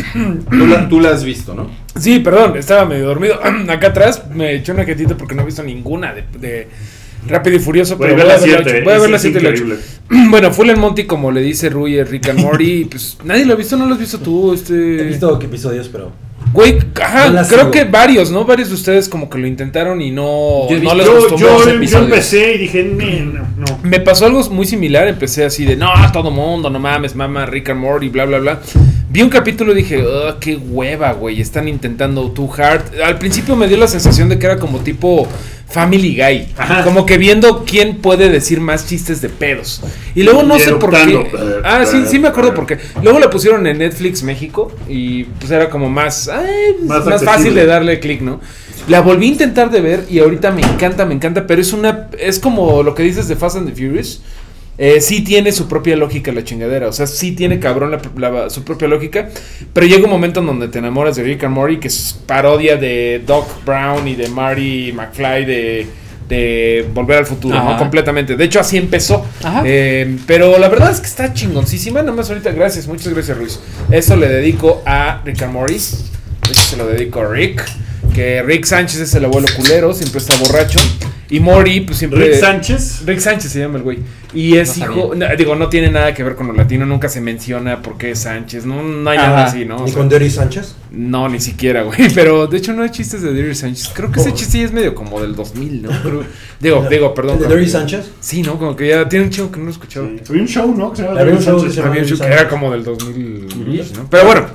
D: Tú la, tú la has visto, ¿no?
E: Sí, perdón, estaba medio dormido. Acá atrás me eché una jetita porque no he visto ninguna de, de Rápido y Furioso.
B: Voy a ver
E: pero
B: las
E: voy a ver la
B: 7.
E: ocho. Voy a ver la 7 y la 8. Bueno, Full and Monty, como le dice Rui, es Rick and Morty. Pues nadie lo ha visto, no lo has visto tú. Este...
F: He visto que episodios, pero.
E: Güey, ajá,
F: No la
E: creo
F: sigo.
E: que varios, ¿no? Varios de ustedes como que lo intentaron y no,
C: Yo he
E: no
C: visto-
E: les
B: Yo, yo,
E: gustó mucho.
C: muchos
B: yo
C: episodios.
B: empecé y dije, "Ni- no, no.
E: Me pasó algo muy similar, empecé así de, no, todo mundo, no mames, mama, Rick and Morty, bla, bla, bla. Vi un capítulo y dije, "Ah, qué hueva, güey, están intentando Too Hard. Al principio me dio la sensación de que era como tipo Family Guy,
B: Ajá.
E: como que viendo quién puede decir más chistes de pedos. Y luego no
B: Y
E: sé por
B: eructando.
E: qué. Ah, sí, sí me acuerdo por qué. Luego la pusieron en Netflix México y pues era como más, ay,
B: Más
E: más,
B: accesible.
E: fácil de darle clic, ¿no? La volví a intentar de ver y ahorita me encanta, me encanta, pero es una, es como lo que dices de Fast and the Furious. Eh, sí tiene su propia lógica la chingadera, o sea, sí tiene cabrón la- la- su propia lógica, pero llega un momento en donde te enamoras de Rick and Morty, que es parodia de Doc Brown y de Marty McFly de, de Volver al Futuro, ¿no?
C: Ajá.
E: Completamente. De hecho, así empezó.
C: Ajá.
E: Eh, pero la verdad es que está chingoncísima, nada más ahorita, gracias, muchas gracias Ruiz. Eso le dedico a Rick and Morty, eso se lo dedico a Rick, que Rick Sánchez es el abuelo culero, siempre está borracho, y Morty, pues siempre...
B: Rick Sánchez.
E: Rick Sánchez se llama el güey. Y es
C: No
E: hijo. no, digo, no tiene nada que ver con lo latino, nunca se menciona por qué es Sánchez. No, no hay nada
C: Ajá.
E: así, ¿no? O
F: ¿Y
E: sea,
F: con Derry Sánchez?
E: no, ni siquiera, güey. Pero de hecho no hay chistes de Dirty Sánchez. Creo que ese
F: Oh.
E: chiste ya es medio como del 2000, ¿no? Creo- digo, digo, perdón.
F: ¿De
E: como-
F: Derry Sánchez?
E: Sí, ¿no? Como que ya tiene un chingo que no lo he escuchado.
B: Había un show, ¿no? Que se llamaba
F: Había un
B: Rick
F: show que
B: Sánchez.
F: se llamaba-
E: Había un
F: Dirty
E: show que era
F: Sanchez.
E: como del 2000, ¿no? Pero bueno,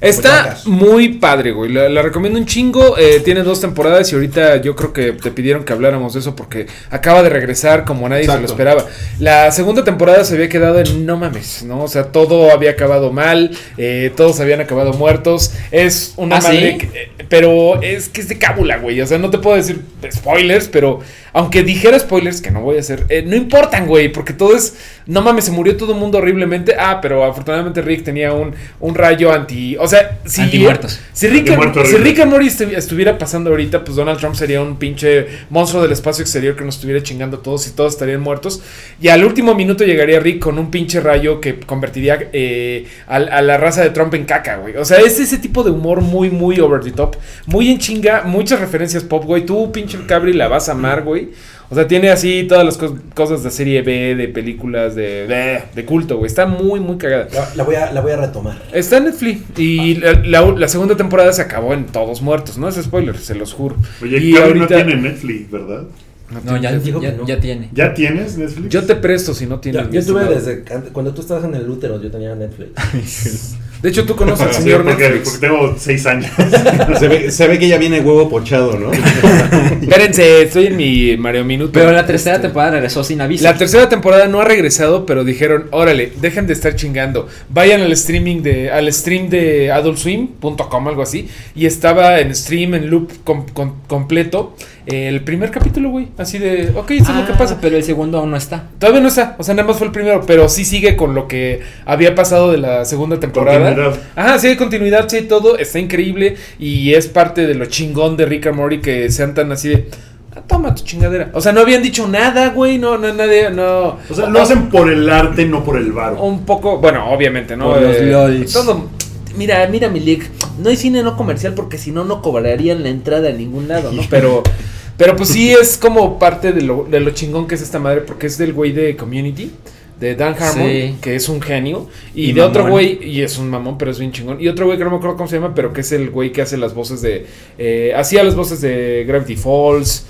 E: está
F: Pues,
E: muy padre, güey. La, la recomiendo un chingo. eh, tiene dos temporadas y ahorita yo creo que te pidieron que habláramos de eso porque acaba de regresar como nadie se lo
D: Exacto.
E: esperaba. La segunda temporada se había quedado en no mames, ¿no? O sea, todo había acabado mal, eh, todos habían acabado muertos. Es una
C: ¿Ah,
E: madre
C: sí?
E: que- eh, pero es que es de cábula, güey. O sea, no te puedo decir spoilers, pero aunque dijera spoilers, que no voy a hacer, eh, no importan, güey, porque todo es. No mames, se murió todo el mundo horriblemente. Ah, pero afortunadamente Rick tenía un, un rayo anti. O sea, si.
C: Antimuertos.
E: Si Rick,
B: Antimuerto
E: si
B: horrible.
E: Rick and Morty estu- estuviera pasando ahorita, pues Donald Trump sería un pinche monstruo del espacio exterior que nos estuviera chingando a todos y todos estarían muertos. Y al último minuto llegaría Rick con un pinche rayo que convertiría eh, a, a la raza de Trump en caca, güey. O sea, es ese tipo de humor muy, muy over the top. Muy en chinga, muchas referencias pop, güey. Tú, pinche Cabri, la vas a amar, güey. O sea, tiene así todas las cos- cosas de serie B, de películas, de, de, de culto, güey. Está muy, muy cagada.
F: La, la voy a, la voy a retomar.
E: Está en Netflix. Y la, la- la segunda temporada se acabó en Todos Muertos. No es spoiler, se los juro.
B: Oye,
E: y
B: Cabri no tiene Netflix, ¿verdad?
C: No, ya,
F: Dijo que
C: ya,
F: no.
C: ya tiene.
B: ¿Ya tienes Netflix?
E: Yo te presto si no tienes.
F: Ya, yo
E: visto
F: tuve
E: nada.
F: desde que antes- cuando tú estabas en el útero, yo tenía Netflix.
E: De hecho, tú conoces al
B: Sí,
E: señor
B: porque, porque
E: Netflix.
B: tengo seis años.
D: Se ve, se ve que ya viene huevo pochado, ¿no?
E: Espérense, estoy en mi Mario Minuto.
C: Pero la tercera
E: Este,
C: temporada regresó sin aviso.
E: La tercera temporada no ha regresado, pero dijeron, órale, dejen de estar chingando. Vayan al streaming de, al stream de adultswim.com, algo así. Y estaba en stream, en loop com- com- completo. eh, el primer capítulo, güey. Así de, ok, esto es lo que pasa.
C: Ah, Pero el segundo aún no está.
E: Todavía no está, o sea, nada más fue el primero, pero sí sigue con lo que había pasado de la segunda temporada.
B: Continuidad.
E: Ajá, sí hay continuidad, sí hay todo, está increíble y es parte de lo chingón de Rick and Morty que sean tan así de, "Ah, toma tu chingadera. O sea, no habían dicho nada, güey, no, no, nadie, no.
B: O sea, lo hacen por el arte, no por el varo.
E: Un poco, bueno, obviamente, ¿no? Eh,
C: Por los lols.
E: Todo,
G: Mira, mira mi leak, no hay cine no comercial porque si no, no cobrarían la entrada a ningún lado, ¿no?
E: pero... Pero pues sí es como parte de lo, de lo chingón que es esta madre, porque es del güey de Community, de Dan Harmon,
C: Sí.
E: que es un genio, y,
B: Y
E: de otro
B: mamón.
E: güey, y es un mamón, pero es bien chingón, y otro güey que no me acuerdo cómo se llama, pero que es el güey que hace las voces de, eh, hacía las voces de Gravity Falls,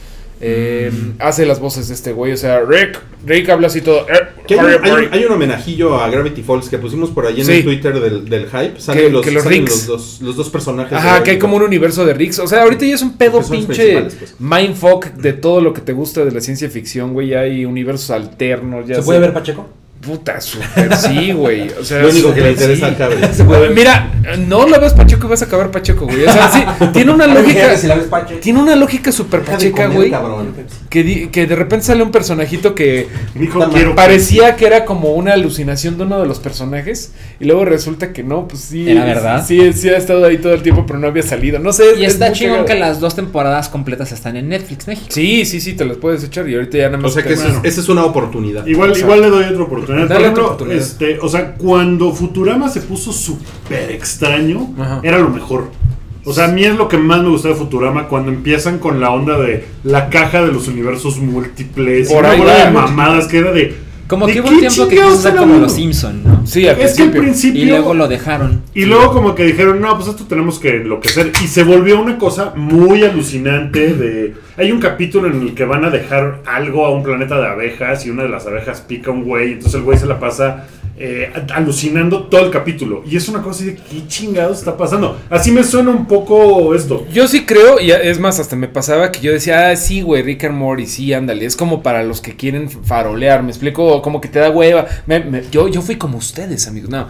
E: eh, hace las voces de este güey, o sea, Rick, Rick habla así todo. eh,
D: Que hay, un,
E: Harry,
D: hay un-
E: Harry.
D: hay un homenajillo a Gravity Falls que pusimos por ahí en
E: Sí.
D: el Twitter del, del hype. Salen,
E: Que-
D: los,
E: que los
D: salen
E: Ricks.
D: los dos, los dos personajes. de
E: Ajá, que hay
D: Gravity
E: como un
D: Falls.
E: universo de Ricks. O sea, ahorita ya es un pedo
D: Que son los
E: pinche
D: principales, pues.
E: mindfuck de todo lo que te gusta de la ciencia ficción, güey. Ya hay universos alternos. Ya
F: ¿Se
E: sé-
F: puede ver Pacheco?
E: Puta, super sí, güey. O sea,
D: Lo único que le
E: súper
D: interesa
E: sí.
D: a Cabre.
E: A ver, Mira, no la ves Pacheco y vas a acabar Pacheco, güey. O sea, sí, tiene una lógica.
F: Si la ves Pacheco.
E: Tiene una lógica super
D: Deja de
E: pacheca,
D: comer,
E: güey.
D: cabrón.
E: Que, di- que de repente sale un personajito que
B: Dijo,
F: Puta
B: quiero.
E: parecía que era como una alucinación de uno de los personajes. Y luego resulta que no, pues sí.
C: Era verdad.
E: Sí, sí, ha estado ahí todo el tiempo, pero no había salido. No sé.
C: Y
E: es
C: está
E: muy
C: chingón
E: cagado.
C: que las dos temporadas completas están en Netflix México.
E: Sí, sí, sí, te las puedes echar y ahorita ya nada
D: O
E: más.
D: sea que
E: te-
D: eso es-
E: Bueno,
D: esa es, una oportunidad.
B: Igual, igual le doy otra oportunidad. Por
E: Dale otra
B: ejemplo,
E: oportunidad.
B: Este, o sea, cuando Futurama se puso súper extraño,
E: Ajá.
B: era lo mejor. O sea, a mí es lo que más me gusta de Futurama cuando empiezan con la onda de la caja de los universos múltiples.
E: Por
B: Por
E: ahí
B: de
E: va.
B: amadas que era de.
C: Como
B: ¿de
C: que hubo
B: qué
C: un tiempo que quiso
B: chingados
C: ser
B: era
C: como
B: uno?
C: los Simpson, ¿no?
E: Sí, al
B: Es que al
E: principio.
B: principio.
C: Y luego lo dejaron.
B: Y luego como que dijeron, no, pues esto tenemos que enloquecer. Y se volvió una cosa muy alucinante de... Hay un capítulo en el que van a dejar algo a un planeta de abejas y una de las abejas pica a un güey. Entonces el güey se la pasa eh, alucinando todo el capítulo. Y es una cosa así de, ¿qué chingados está pasando? Así me suena un poco esto.
E: Yo sí creo, y es más, hasta me pasaba que yo decía, ah, sí, güey, Rick and Morty, sí, ándale. Es como para los que quieren farolear, me explico, como que te da hueva. Me- me- yo, yo fui como ustedes, amigos. No.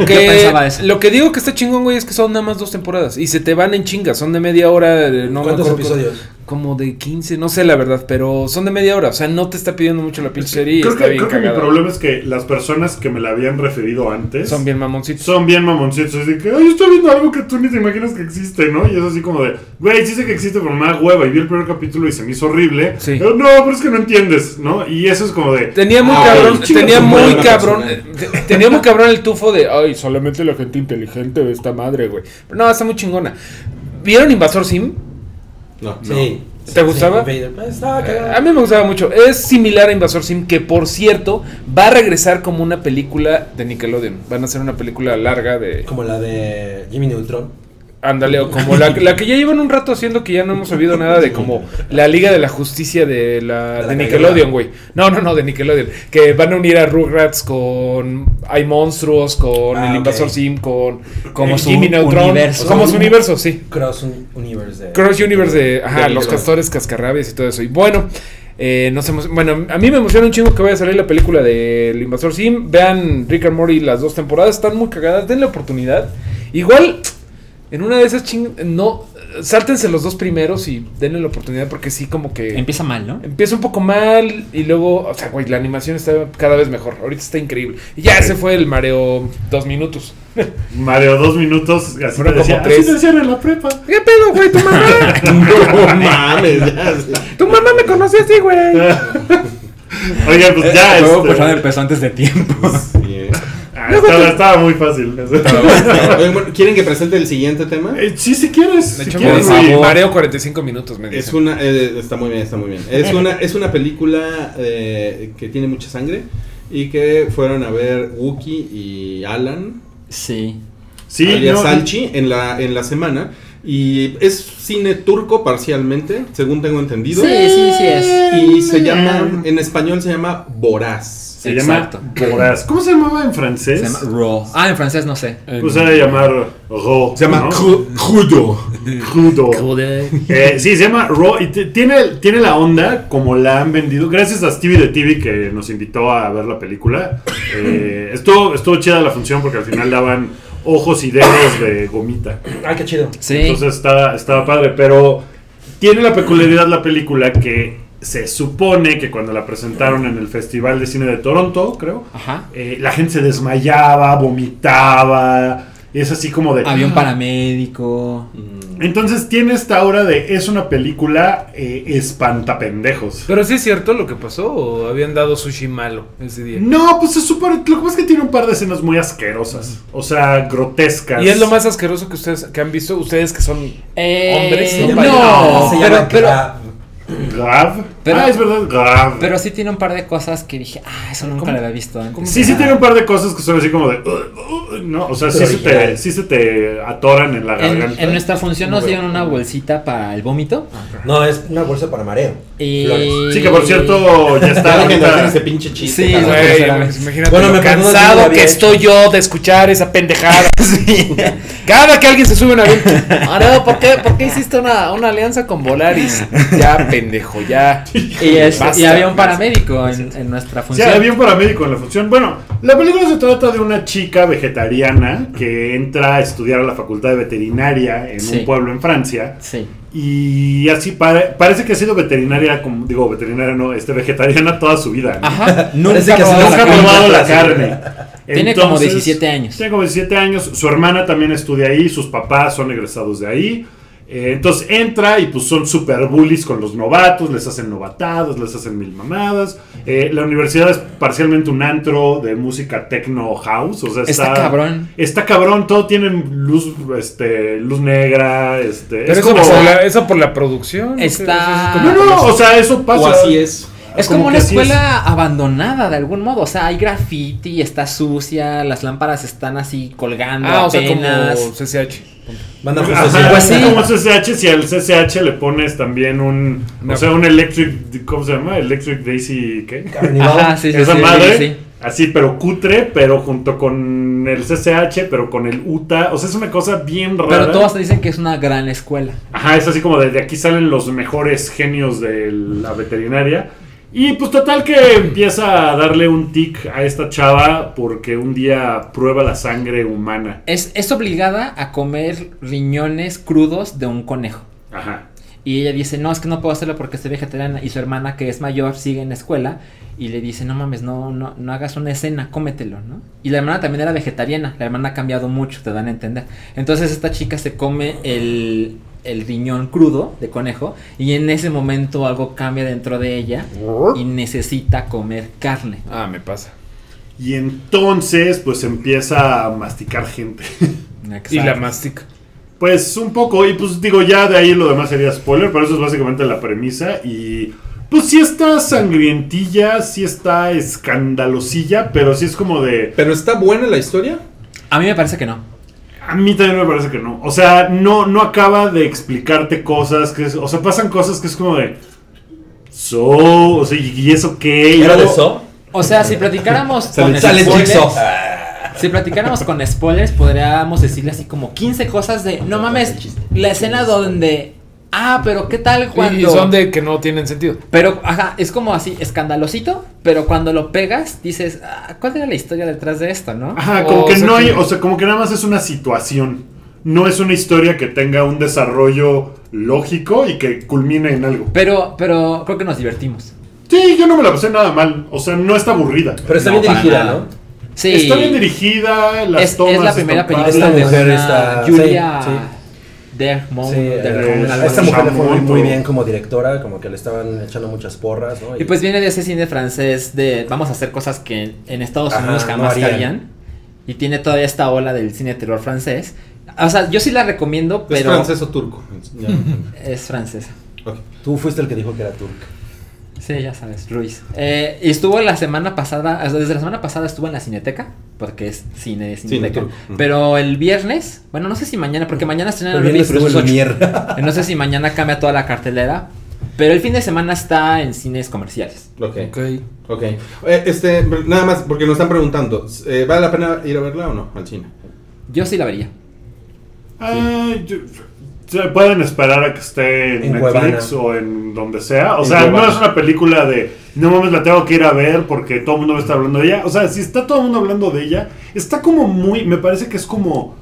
C: Yo
E: que,
C: pensaba eso.
E: lo que digo que está chingón, güey, es que son nada más dos temporadas. Y se te van en chingas, son de media hora, de- no me
F: ¿Cuántos
E: acuerdo,
F: episodios?
E: Como de 15, no sé la verdad, pero son de media hora. O sea, no te está pidiendo mucho la pinche serie. y
B: creo
E: está
B: que,
E: bien
B: creo que mi
E: cagada.
B: problema es que las personas que me la habían referido antes...
E: Son bien mamoncitos.
B: Son bien mamoncitos, así que, ay, yo estoy viendo algo que tú ni te imaginas que existe, ¿no? Y es así como de, güey, sí sé que existe, pero me da hueva. Y vi el primer capítulo y se me hizo horrible.
E: Sí.
B: Pero, no, pero es que no entiendes, ¿no? Y eso es como de,
E: Tenía muy
D: Ah,
E: cabrón,
D: chinga
E: tenía
D: su
E: muy
D: madre,
E: cabrón,
D: persona.
E: te- tenía muy cabrón el tufo de, ay, solamente la gente inteligente de esta madre, güey. Pero no, está muy chingona. ¿Vieron Invasor Sim?
D: No,
F: Sí.
E: ¿Te gustaba? Eh,
F: Invader. Pues Estaba
E: A
F: cagado.
E: mí me gustaba mucho. Es similar a Invasor Sim, que por cierto, va a regresar como una película de Nickelodeon. Van a hacer una película larga de.
F: Como la de Jimmy Neutron.
E: Ándale, o como la, la que ya llevan un rato haciendo que ya no hemos sabido nada de como la Liga de la Justicia de la,
F: De la
E: de
F: caricatura.
E: Nickelodeon, güey. No, no, no, de Nickelodeon. Que van a unir a Rugrats con Hay Monstruos, con
F: Ah,
E: El
F: ok.
E: Invasor Sim, con
C: Como
E: eh,
C: su universo.
E: Como su universo, sí.
F: Cross un- Universe. de-
E: Cross Universe de ajá,
F: De
E: los
F: Nickelodeon.
E: castores, cascarrabias y todo eso. Y bueno, eh, nos emo- bueno, a mí me emociona un chingo que vaya a salir la película de El Invasor Sim. Vean Rick and Morty las dos temporadas, están muy cagadas, denle oportunidad. Igual, en una de esas ching... No, sáltense los dos primeros y denle la oportunidad porque sí como que...
C: Empieza mal, ¿no?
E: Empieza un poco mal y luego, o sea, güey, la animación está cada vez mejor. Ahorita está increíble. Y ya se fue el mareo dos minutos.
B: Mario, dos minutos, así
E: Fueron
B: te decía, "Ah,
E: como tres.
B: así te decían en la prepa.
E: ¿Qué pedo, güey? Tu mamá.
D: No mames. ya.
E: Tu mamá me conocía así, güey.
B: Oigan,
C: Eh,
B: pues
E: Eh,
B: ya,
C: Luego
B: este,
C: empezó antes de tiempo.
D: Sí, eh.
B: ah, estaba, estaba muy fácil.
D: Oye, bueno, ¿Quieren que presente el siguiente tema?
B: Eh, sí, si quieres,
E: De
B: si
E: hecho,
B: quieres,
E: me
B: sí.
E: dice, mareo 45 minutos, me
D: Es
E: dicen.
D: una, eh, está muy bien, está muy bien. Es una, es una película eh, que tiene mucha sangre y que fueron a ver Wookie y Alan,
C: Sí.
B: Sí,
D: alias
B: no,
D: Salchi, en la, en la semana. Y es cine turco parcialmente, según tengo entendido.
C: Sí, sí, sí es.
D: Y se llama, en español se llama Voraz.
B: Mm. se
C: Exacto.
B: llama Voraz. ¿Cómo se llamaba en francés?
C: Se llama Raw. Ah, en francés no sé.
B: pues se debe llamar Ro.
D: Se llama
B: ¿no?
D: Cru- Crudo.
B: Crudo. Eh, sí, se llama Raw y t- tiene, tiene la onda como la han vendido. Gracias a Stevie de TV que nos invitó a ver la película. Eh, estuvo, estuvo chida la función porque al final daban ojos y dedos de gomita.
F: Ah, qué chido.
C: Sí.
B: Entonces estaba, estaba padre, pero tiene la peculiaridad la película que se supone que cuando la presentaron en el Festival de Cine de Toronto, creo,
C: Ajá.
B: eh, la gente se desmayaba, vomitaba. y Es así como de...
C: Avión paramédico.
B: Mm. Entonces tiene esta hora de es una película eh, espantapendejos.
E: Pero sí es cierto lo que pasó, o habían dado sushi malo ese día.
B: No, pues es súper. Lo que pasa es que tiene un par de escenas muy asquerosas. O sea, grotescas.
E: Y es lo más asqueroso que ustedes que han visto, ustedes que son
C: Eh,
E: hombres. No,
F: Se llama-
E: no,
F: se
E: pero-
F: llama
E: pero-
F: Gra-
B: Grav.
C: Pero-
B: ah, es verdad, Grav.
C: Pero sí tiene un par de cosas que dije, ah, eso nunca lo había visto antes.
B: Sí, sí tiene un par de cosas que son así como de... "Uh, uh", no, o sea, sí se, te, sí se te atoran en la
C: En,
B: garganta.
C: en nuestra función nos dieron una bolsita para el vómito.
F: No, es una bolsa para mareo.
C: Y...
F: Flores.
B: Ah, Sí, que por cierto, ya está
D: Dejen de hacer
B: ahorita...
D: ese pinche chiste.
C: Sí,
D: cabrón.
C: güey.
E: Güey,
C: sinceramente.
E: imagínate
F: Bueno,
E: lo
F: me perdonas, yo no
E: cansado
F: lo
E: que
F: había
E: estoy yo de escuchar esa pendejada. Cada que alguien se sube a un avión. Ah, no, ¿por qué, por qué hiciste una, una alianza con Volaris? Ya, pendejo, ya.
C: Y, este-
E: Basta.
C: y había un paramédico en, en nuestra
B: Sí,
C: función.
B: había un paramédico en la función. Bueno, la película se trata de una chica vegetariana que entra a estudiar a la facultad de veterinaria en
C: Sí.
B: un pueblo en Francia.
C: Sí.
B: Y así pare- parece que ha sido veterinaria, como, digo, veterinaria no, este, vegetariana toda su vida. ¿no?
C: Ajá.
F: Parece
C: Nunca
F: que
C: probó
B: Nunca
C: la
B: ha
C: carne.
B: probado la carne.
C: Tiene como 17 años.
B: Tiene como 17 años. Su hermana también estudia ahí. Sus papás son egresados de ahí. Eh, entonces entra y pues son super bullies con los novatos. Les hacen novatadas, les hacen mil mamadas. Eh, la universidad es parcialmente un antro de música techno house. O sea, está,
C: Está cabrón.
B: Está cabrón. Todo tiene luz, este, luz negra. Este,
E: Pero
B: es
E: eso,
B: como.
E: por la, eso por la producción.
C: Está-
E: Eso es como-
B: No, no, o sea, eso pasa.
D: O así es.
C: Es como,
B: que
C: una
B: así es.
C: escuela abandonada de algún modo. O sea, hay graffiti, está sucia, las lámparas están así colgando
E: Ah, o sea,
C: apenas.
E: como CCH.
F: Manda
B: Ajá,
F: social.
C: pues sí.
B: como CCH, si al CCH le pones también un,
E: Una-
B: o sea, un electric, ¿cómo se llama? Electric Daisy, ¿qué?
F: Carnival.
C: Ajá, sí, sí,
B: Esa
C: sí,
B: madre,
C: sí.
B: así, pero cutre, pero junto con el CCH, pero con el UTA, o sea, es una cosa bien rara.
C: Pero todos te dicen que es una gran escuela.
B: Ajá, es así como desde aquí salen los mejores genios de la veterinaria. Y pues total que empieza a darle un tic a esta chava porque un día prueba la sangre humana.
C: Es, es obligada a comer riñones crudos de un conejo.
B: Ajá.
C: Y ella dice, no, es que no puedo hacerlo porque soy vegetariana. Y su hermana, que es mayor, sigue en la escuela. Y le dice, no mames, no, no, no hagas una escena, cómetelo, ¿no? Y la hermana también era vegetariana. La hermana ha cambiado mucho, te dan a entender. Entonces esta chica se come el, el riñón crudo de conejo. Y en ese momento algo cambia dentro de ella. Y necesita comer carne.
E: Ah, me pasa.
B: Y entonces, pues empieza a masticar gente.
E: Y la
C: Exacto.
E: mastica.
B: Pues un poco, y pues digo, ya de ahí lo demás sería spoiler, pero eso es básicamente la premisa. Y pues sí está sangrientilla, sí está escandalosilla, pero sí es como de.
D: Pero está buena la historia.
C: A mí me parece que no.
B: A mí también me parece que no. O sea, no, no acaba de explicarte cosas, que es- o sea, pasan cosas que es como de. So, o sea, ¿y y eso qué? Y
F: ¿Era de
B: luego-
F: eso?
C: O sea, si platicáramos con Ah,
D: Sale- sale
C: spoilers-
D: Jigsaw.
C: Si platicáramos con spoilers, podríamos decirle así como 15 cosas de, no mames, la escena donde, ah, pero ¿qué tal cuando?
E: Y son de que no tienen sentido.
C: Pero, ajá, es como así, escandalosito, pero cuando lo pegas, dices, ah, ¿cuál era la historia detrás de esto, no?
B: Ajá, como
E: O
B: que
E: sea
B: no hay,
E: que-
B: o sea, como que nada más es una situación. No es una historia que tenga un desarrollo lógico y que culmine en algo.
C: Pero, pero creo que nos divertimos.
B: Sí, yo no me la pasé nada mal. O sea, no está aburrida.
F: Pero está
C: No,
F: bien
C: para
F: dirigida,
C: nada.
F: ¿no?
C: Sí.
B: Está bien dirigida, las
C: Es- es,
B: tomas.
C: la primera
B: están
C: película
B: padres.
F: Esta
C: de
F: mujer
C: una
F: está- sí,
C: Julia
F: sí.
C: Dermond- Dermond,
F: Sí, eh,
C: algo
F: a esta
C: así.
F: mujer le fue muy,
B: Chamón,
F: muy
B: todo.
F: bien como directora, como que le estaban echando muchas porras, ¿no?
C: Y pues viene de ese cine francés de vamos a hacer cosas que en Estados
F: Ajá,
C: Unidos
F: no
C: jamás
F: harían.
C: harían. Y tiene todavía esta ola del cine de terror francés. O sea, yo sí la recomiendo,
D: ¿Es
C: pero
D: francés o turco? Ya.
C: es francesa.
D: Ok.
F: Tú fuiste el que dijo que era turca.
C: Ah, Sí, ya sabes, Ruiz. Eh, y estuvo la semana pasada, o sea, desde la semana pasada estuvo en la Cineteca, porque es cine de Cineteca.
D: Cinetur. Ujú.
C: pero el viernes, bueno, no sé si mañana, porque mañana estrenan
F: Pero
C: Rápido y
F: bien estuvo
C: Furioso
F: en
C: 8.
F: mierda.
C: Eh, No sé si mañana cambia toda la cartelera, pero el fin de semana está en cines comerciales.
D: Ok.
E: Ok.
D: Ok. Eh, este, nada más, porque nos están preguntando, eh, ¿vale la pena ir a verla o no al cine?
C: Yo sí la vería.
B: Ah, yo- se pueden esperar a que esté en,
F: En
B: Netflix
F: Cuevana.
B: o en donde sea. O
D: En
B: sea,
D: Cuevana.
B: no es una película de no mames, la tengo que ir a ver porque todo el mundo me está hablando de ella. O sea, si está todo el mundo hablando de ella, está como muy. Me parece que es como.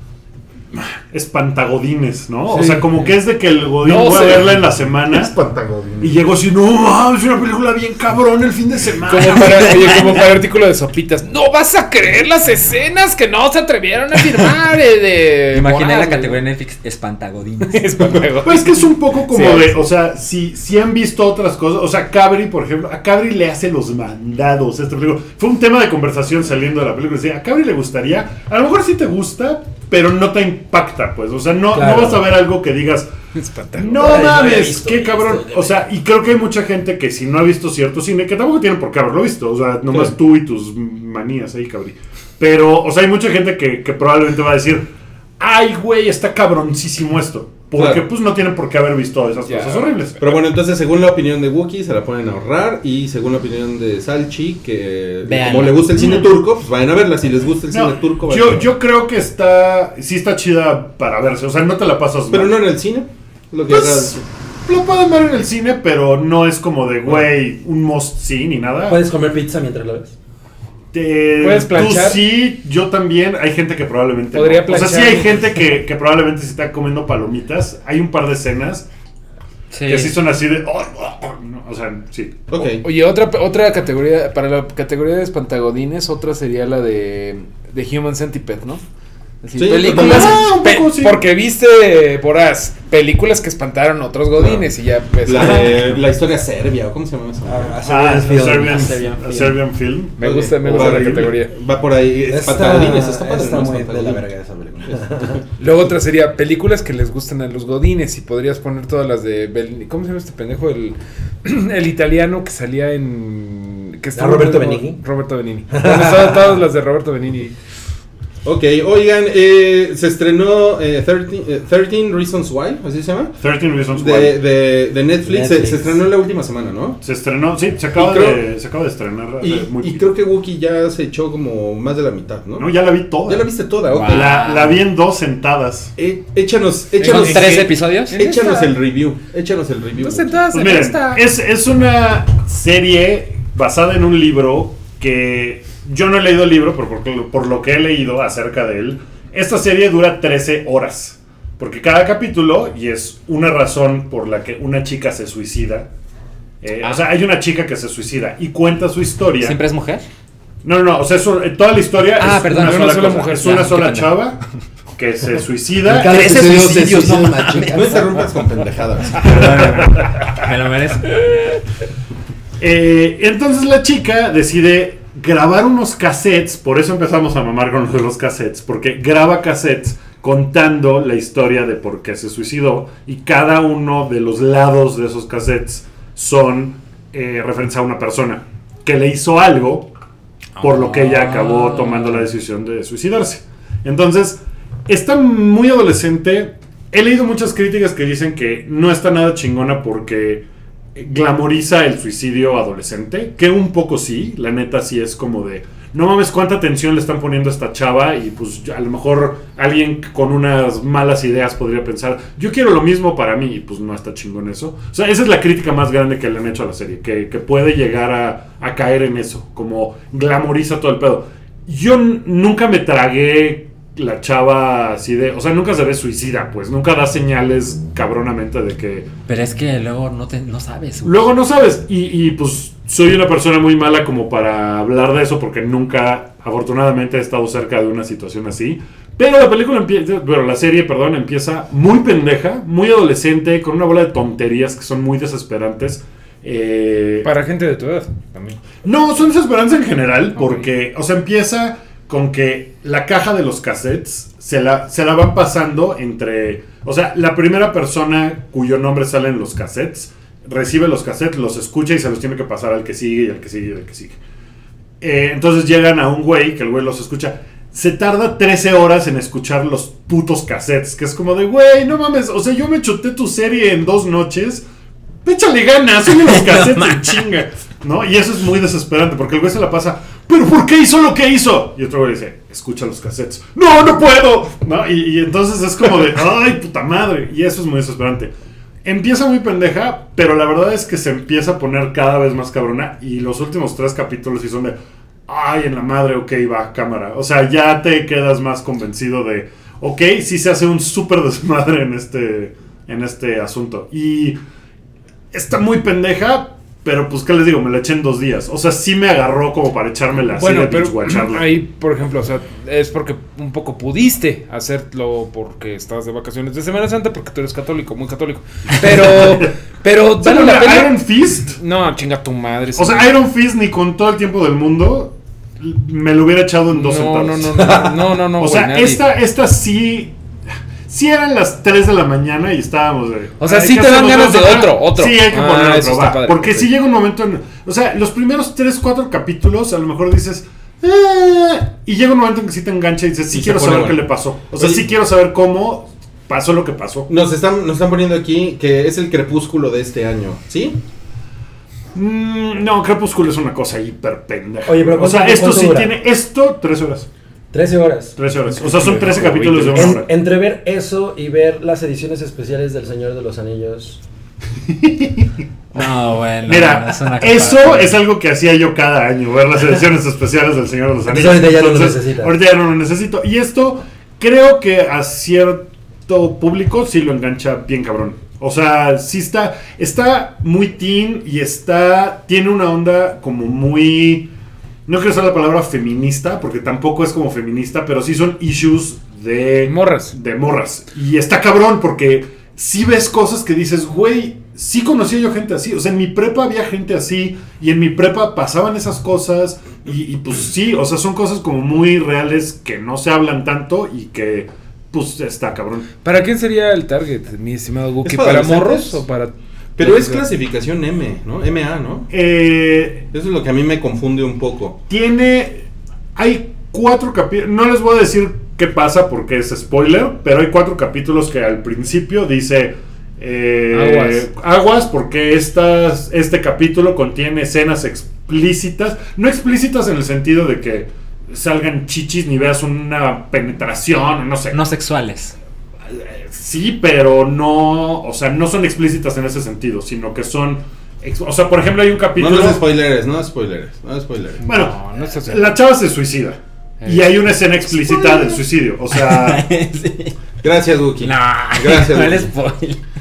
B: Espantagodines, ¿no? o
E: Sí.
B: sea, como que es de que el Godín
E: No
B: voy
E: sé.
B: a verla en la semana y
D: Espantagodín.
B: llegó así, no, mames, es una película bien cabrón el fin de semana.
E: Como para, oye, como para artículo de sopitas. No vas a creer las escenas que no se atrevieron a firmar eh, de.
C: Imaginé la
E: Morales.
C: categoría de Netflix espantagodines.
E: Es para luego.
B: Pues es que es un poco como
E: Sí,
B: de, o sea, si, si han visto otras cosas, o sea, Cabri, por ejemplo, a Cabri le hace los mandados esta película. Fue un tema de conversación saliendo de la película. Decía, a Cabri le gustaría, a lo mejor sí te gusta, pero no te impacta, pues. O sea, no,
F: Claro.
B: no vas a ver algo que digas,
E: Espantaron.
B: No
G: Ay, no había
B: mames,
G: visto
B: qué
G: esto,
B: cabrón.
G: ya
B: o sea, y creo que hay mucha gente que si no ha visto cierto cine, que tampoco tienen por qué haberlo visto. O sea, nomás
D: Sí.
B: tú y tus manías ahí, cabrón. Pero, o sea, hay mucha gente que, que probablemente va a decir, ay, güey, está cabroncísimo esto. Porque
D: Claro.
B: pues no tienen por qué haber visto esas
E: Ya.
B: cosas horribles.
D: Pero bueno, entonces según la opinión de Wookiee se la ponen a ahorrar y según la opinión de Salchi, que
C: Vean.
D: como le gusta el cine turco, pues vayan a verla. Si les gusta el
B: Mm. No,
D: cine turco, vayan a
B: yo,
D: verla.
B: yo creo que está, sí está chida para verse. O sea, no te la pasas
D: Pero
B: mal.
D: no en el cine. Lo que
B: Pues,
D: haga-
B: lo pueden ver en el cine, pero no es como de, güey, un must see ni nada.
F: Puedes comer pizza mientras la ves.
B: Eh,
E: ¿Puedes planchar?
B: Tú sí, yo también. Hay gente que probablemente.
E: Podría
B: no. O sea, sí
E: planchar.
B: hay gente que, que probablemente se está comiendo palomitas. Hay un par de escenas que sí son así de. "Oh, oh, oh", no, o sea, sí.
D: Ok.
E: Oye, otra, otra categoría, para la categoría de espantagodines, otra sería la de, de Human Centipede, ¿no? Así,
D: Sí,
E: películas.
B: totalmente. Ah, un
E: pe-
B: poco, sí.
E: Porque viste, Boraz, películas que espantaron a otros godines y ya pues, ves.
D: La, de- la historia serbia, ¿o ¿cómo se llama eso?
B: Ah, Serbian,
F: Serbian
D: Ah,
F: Film.
B: Serbian Film.
E: Me gusta, me gusta la categoría.
D: Va por ahí. Es patadines, está padre.
F: está
D: ¿no? Es
F: muy de la
D: patadines.
F: verga esa película.
E: Luego otra sería películas que les gustan a los godines y podrías poner todas las de Bel- ¿cómo se llama este pendejo? El, el italiano que salía en que estaba-
F: Roberto Benigni?
E: Roberto Benigni. Donde estaban todas las de Roberto Benigni.
D: Ok, oigan, eh, se estrenó eh, 13, eh, 13 Reasons Why, así se llama.
B: 13 Reasons Why.
D: De, de, de Netflix, Se,
F: Netflix.
D: se estrenó la última semana, ¿no?
B: Se estrenó, sí, se acaba,
D: Y creo-
B: de, se acaba de estrenar. hace
D: Y,
B: muy
D: y
B: poquito.
D: creo que Wookiee ya se echó como más de la mitad, ¿no?
B: No, ya la vi toda.
D: Ya la viste toda, ok.
C: Wow.
B: La, la vi en dos sentadas.
D: Eh, échanos,
C: ¿Son
D: échanos,
E: Entonces,
C: tres
E: ¿qué?
C: episodios?
D: échanos el review. Échanos el review.
E: Entonces todas
B: Pues
E: en
B: miren,
E: esta.
B: es, es una serie basada en un libro que yo no he leído el libro, pero por, por lo que he leído acerca de él, esta serie dura 13 horas. Porque cada capítulo, y es una razón por la que una chica se suicida, eh, o sea, hay una chica que se suicida y cuenta su historia.
C: Ah. ¿Siempre es mujer?
B: No, no, no, o sea, es un- toda la historia
C: Ah,
B: es
C: perdón,
B: una
C: no,
B: sola,
E: una sola
B: cosa.
E: mujer.
B: es una
C: Ya, qué
B: sola
C: pena.
B: chava que se suicida.
F: Cada
C: Trece
F: episodio se
C: suicidios,
F: suicida
C: no
F: una
C: mames.
F: chica.
D: No interrumpas con pendejadas.
C: Me lo merezco.
B: Eh, entonces la chica decide grabar unos cassettes, por eso empezamos a mamar con lo de los cassettes, porque graba cassettes contando la historia de por qué se suicidó y cada uno de los lados de esos cassettes son eh, referencia a una persona que le hizo algo por lo que ella acabó
C: Ah.
B: tomando la decisión de suicidarse. Entonces, está muy adolescente. He leído muchas críticas que dicen que no está nada chingona porque glamoriza el suicidio adolescente, que un poco sí, la neta sí es como de, no mames cuánta atención le están poniendo a esta chava y pues a lo mejor alguien con unas malas ideas podría pensar, yo quiero lo mismo para mí y pues no está chingón eso. O sea, esa es la crítica más grande que le han hecho a la serie, que, que puede llegar a, a caer en eso, como glamoriza todo el pedo. Yo n- nunca me tragué la chava así de, o sea, nunca se ve suicida, pues nunca da señales cabronamente de que...
C: Pero es que luego no, te, no sabes. güey.
B: Luego no sabes. Y, y, pues soy una persona muy mala como para hablar de eso porque nunca, afortunadamente, he estado cerca de una situación así. Pero la película empieza, pero la serie, perdón, empieza muy pendeja, muy adolescente, con una bola de tonterías que son muy desesperantes. Eh,
E: Para gente de tu edad también.
B: no, son desesperanza en general, porque, o sea, empieza con que la caja de los cassettes se la, se la van pasando entre. O sea, la primera persona cuyo nombre sale en los cassettes recibe los cassettes, los escucha y se los tiene que pasar al que sigue y al que sigue y al que sigue. Eh, entonces llegan a un güey que el güey los escucha. Se tarda 13 horas en escuchar los putos cassettes, que es como de, güey, no mames, o sea, yo me chuté tu serie en dos noches. Échale ganas, oye los cassettes en chinga. ¿No? Y eso es muy desesperante, porque el güey se la pasa, ¿pero por qué hizo lo que hizo? Y otro güey dice, escucha los cassettes. ¡No, no puedo! ¿No? Y, y entonces es como de, ¡ay, puta madre! Y eso es muy desesperante. Empieza muy pendeja, pero la verdad es que se empieza a poner cada vez más cabrona. Y los últimos tres capítulos sí son de, ¡ay, en la madre, ok, va, cámara! O sea, ya te quedas más convencido de, ok, sí se hace un súper desmadre en este, en este asunto. Y está muy pendeja, pero pues, ¿qué les digo? Me la eché en dos días. O sea, sí me agarró como para echármela así
E: Bueno,
B: de
E: pero
B: binge-watcharla.
E: ahí, por ejemplo, o sea, es porque un poco pudiste hacerlo porque estabas de vacaciones de Semana Santa, porque tú eres católico, muy católico. Pero, pero
B: ¿Sale
E: vale la
B: una
E: pena.
B: Iron Fist?
E: No, chinga tu madre.
B: O sea, Iron Fist ni con todo el tiempo del mundo me lo hubiera echado en dos
E: no,
B: sentadas.
E: no, no, no, no, no, no, no,
B: o
E: güey,
B: sea,
E: nadie.
B: esta, esta sí. Si eran las 3 de la mañana y estábamos de.
E: O sea,
B: "Ay,
E: sí
B: ¿qué
E: te dan
B: hacemos?
E: ganas de
B: Vamos a
E: otro,
B: poner-".
E: otro.
B: Sí, hay que
E: Ah,
B: poner
E: eso
B: otro,
E: está
B: va.
E: padre,
B: Porque
E: ok.
B: si llega un momento en. O sea, los primeros 3, 4 capítulos, a lo mejor dices. "Ah", y llega un momento en que sí te engancha y dices, sí
D: Y se
B: quiero
D: pone
B: saber
D: bueno.
B: qué le pasó. O sea,
D: Oye.
B: sí quiero saber cómo pasó lo que pasó.
D: Nos están, nos están poniendo aquí que es el crepúsculo de este año, ¿sí?
B: Mm, no, Crepúsculo es una cosa hiper pendeja.
F: Oye, pero
B: o sea,
F: ¿cuánto-
B: esto
F: cuánto
B: sí
F: dura?
B: tiene. Esto, 3 horas.
F: 13 horas.
B: 13 horas. O sea, son 13 capítulos de una
F: En-
B: hora.
F: entre ver eso y ver las ediciones especiales del Señor de los Anillos.
C: No, bueno.
B: Mira,
C: una
B: eso
C: cosa.
B: es algo que hacía yo cada año, ver las ediciones especiales del Señor de los
F: Entonces,
B: Anillos.
F: ahorita ya no lo necesitas.
B: ahorita ya no lo necesito. Y esto creo que a cierto público sí lo engancha bien cabrón. O sea, sí está, está muy teen y está, tiene una onda como muy, no quiero usar la palabra feminista, porque tampoco es como feminista, pero sí son issues de...
E: Morras.
B: De morras. Y está cabrón porque sí ves cosas que dices, güey, sí conocía yo gente así. O sea, en mi prepa había gente así y en mi prepa pasaban esas cosas. Y, y, pues sí, o sea, son cosas como muy reales que no se hablan tanto y que pues está cabrón.
E: ¿Para quién sería el target, mi estimado Guki?
D: ¿Es para
E: ¿Para
D: adolescentes?
E: morros o para.?
D: Pero es
E: para-
D: clasificación M, ¿no? MA, ¿no?
B: Eh,
D: Eso es lo que a mí me confunde un poco.
B: tiene... Hay cuatro capítulos... No les voy a decir qué pasa porque es spoiler, pero hay cuatro capítulos que al principio dice... eh, aguas. porque estas, este capítulo contiene escenas explícitas. No explícitas en el sentido de que salgan chichis ni veas una penetración, no sé.
C: No sexuales.
B: Sí, pero no, o sea, no son explícitas en ese sentido, sino que son... ex- O sea, por ejemplo, hay un
D: No,
B: capítulo...
D: no spoilers, no spoilers, no Eh. spoilers.
B: Bueno,
E: No, no es así.
B: la chava se suicida. Y hay una escena explícita del suicidio. O sea,
C: Sí.
D: Gracias, Wookie.
C: No,
D: Gracias,
C: no
D: Wookie.
C: el spoiler.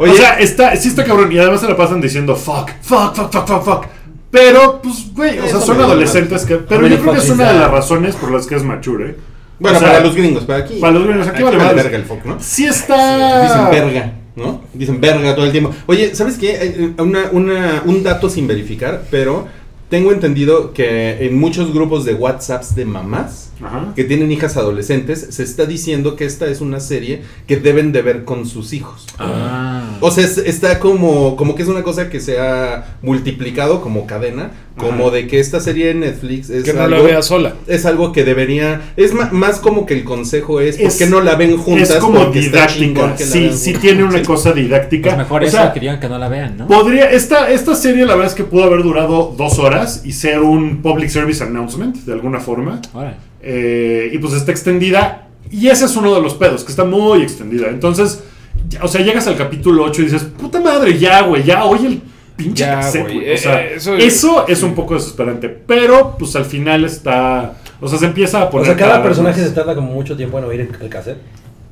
D: Oye,
B: o sea, está, sí está cabrón. Y además se la pasan diciendo fuck, fuck, fuck, fuck, fuck, fuck. Pero, pues, güey, o sea,
D: Eso
B: son
D: me da
B: adolescentes que. Pero
F: many
B: yo creo que es
F: fucks is
B: una de
F: that?
B: las razones por las que es mature, ¿eh?
D: bueno,
B: o sea,
D: para los gringos, para aquí.
B: Para los gringos, aquí vale madres.
D: verga el foco, ¿no?
B: Sí está.
D: Dicen verga, ¿no? Dicen verga todo el tiempo. Oye, ¿sabes qué? Eh, eh, Una, una- un dato sin verificar, pero tengo entendido que en muchos grupos de WhatsApps de mamás
B: Ajá.
D: que tienen hijas adolescentes, se está diciendo que esta es una serie que deben de ver con sus hijos.
C: Ah.
D: O sea, es- está como, como que es una cosa que se ha multiplicado como cadena, como
B: Ajá.
D: de que esta serie de Netflix es
E: Que no la
D: algo...
E: vea sola.
D: es algo que debería. Es ma- más como que el consejo es: ¿por
B: Es-
D: qué no la ven juntas?
B: Es como
D: Porque está
B: didáctica.
D: chingón que la
B: Sí,
D: vean
B: sí
D: juntas.
B: tiene una
D: Sí.
B: cosa didáctica.
C: Pues mejor
B: O
C: eso
B: sea,
C: que digan que no la vean, ¿no?
B: Podría, esta, esta serie la verdad es que pudo haber durado dos horas y ser un public service announcement de alguna forma.
C: Órale.
B: Eh, y pues está extendida. Y ese es uno de los pedos, que está muy extendida. Entonces, ya- o sea, llegas al capítulo 8 y dices, puta madre, ya, güey, ya, oye el pinche
E: Ya,
B: cassette,
E: güey,
B: güey". O sea,
E: eh,
B: eso,
E: eso-
B: es un poco desesperante. Pero, pues al final está. O sea, se empieza a
F: O
B: poner.
F: sea, cada
B: vez
F: personaje
B: más.
F: se tarda como mucho tiempo en oír el, el cassette.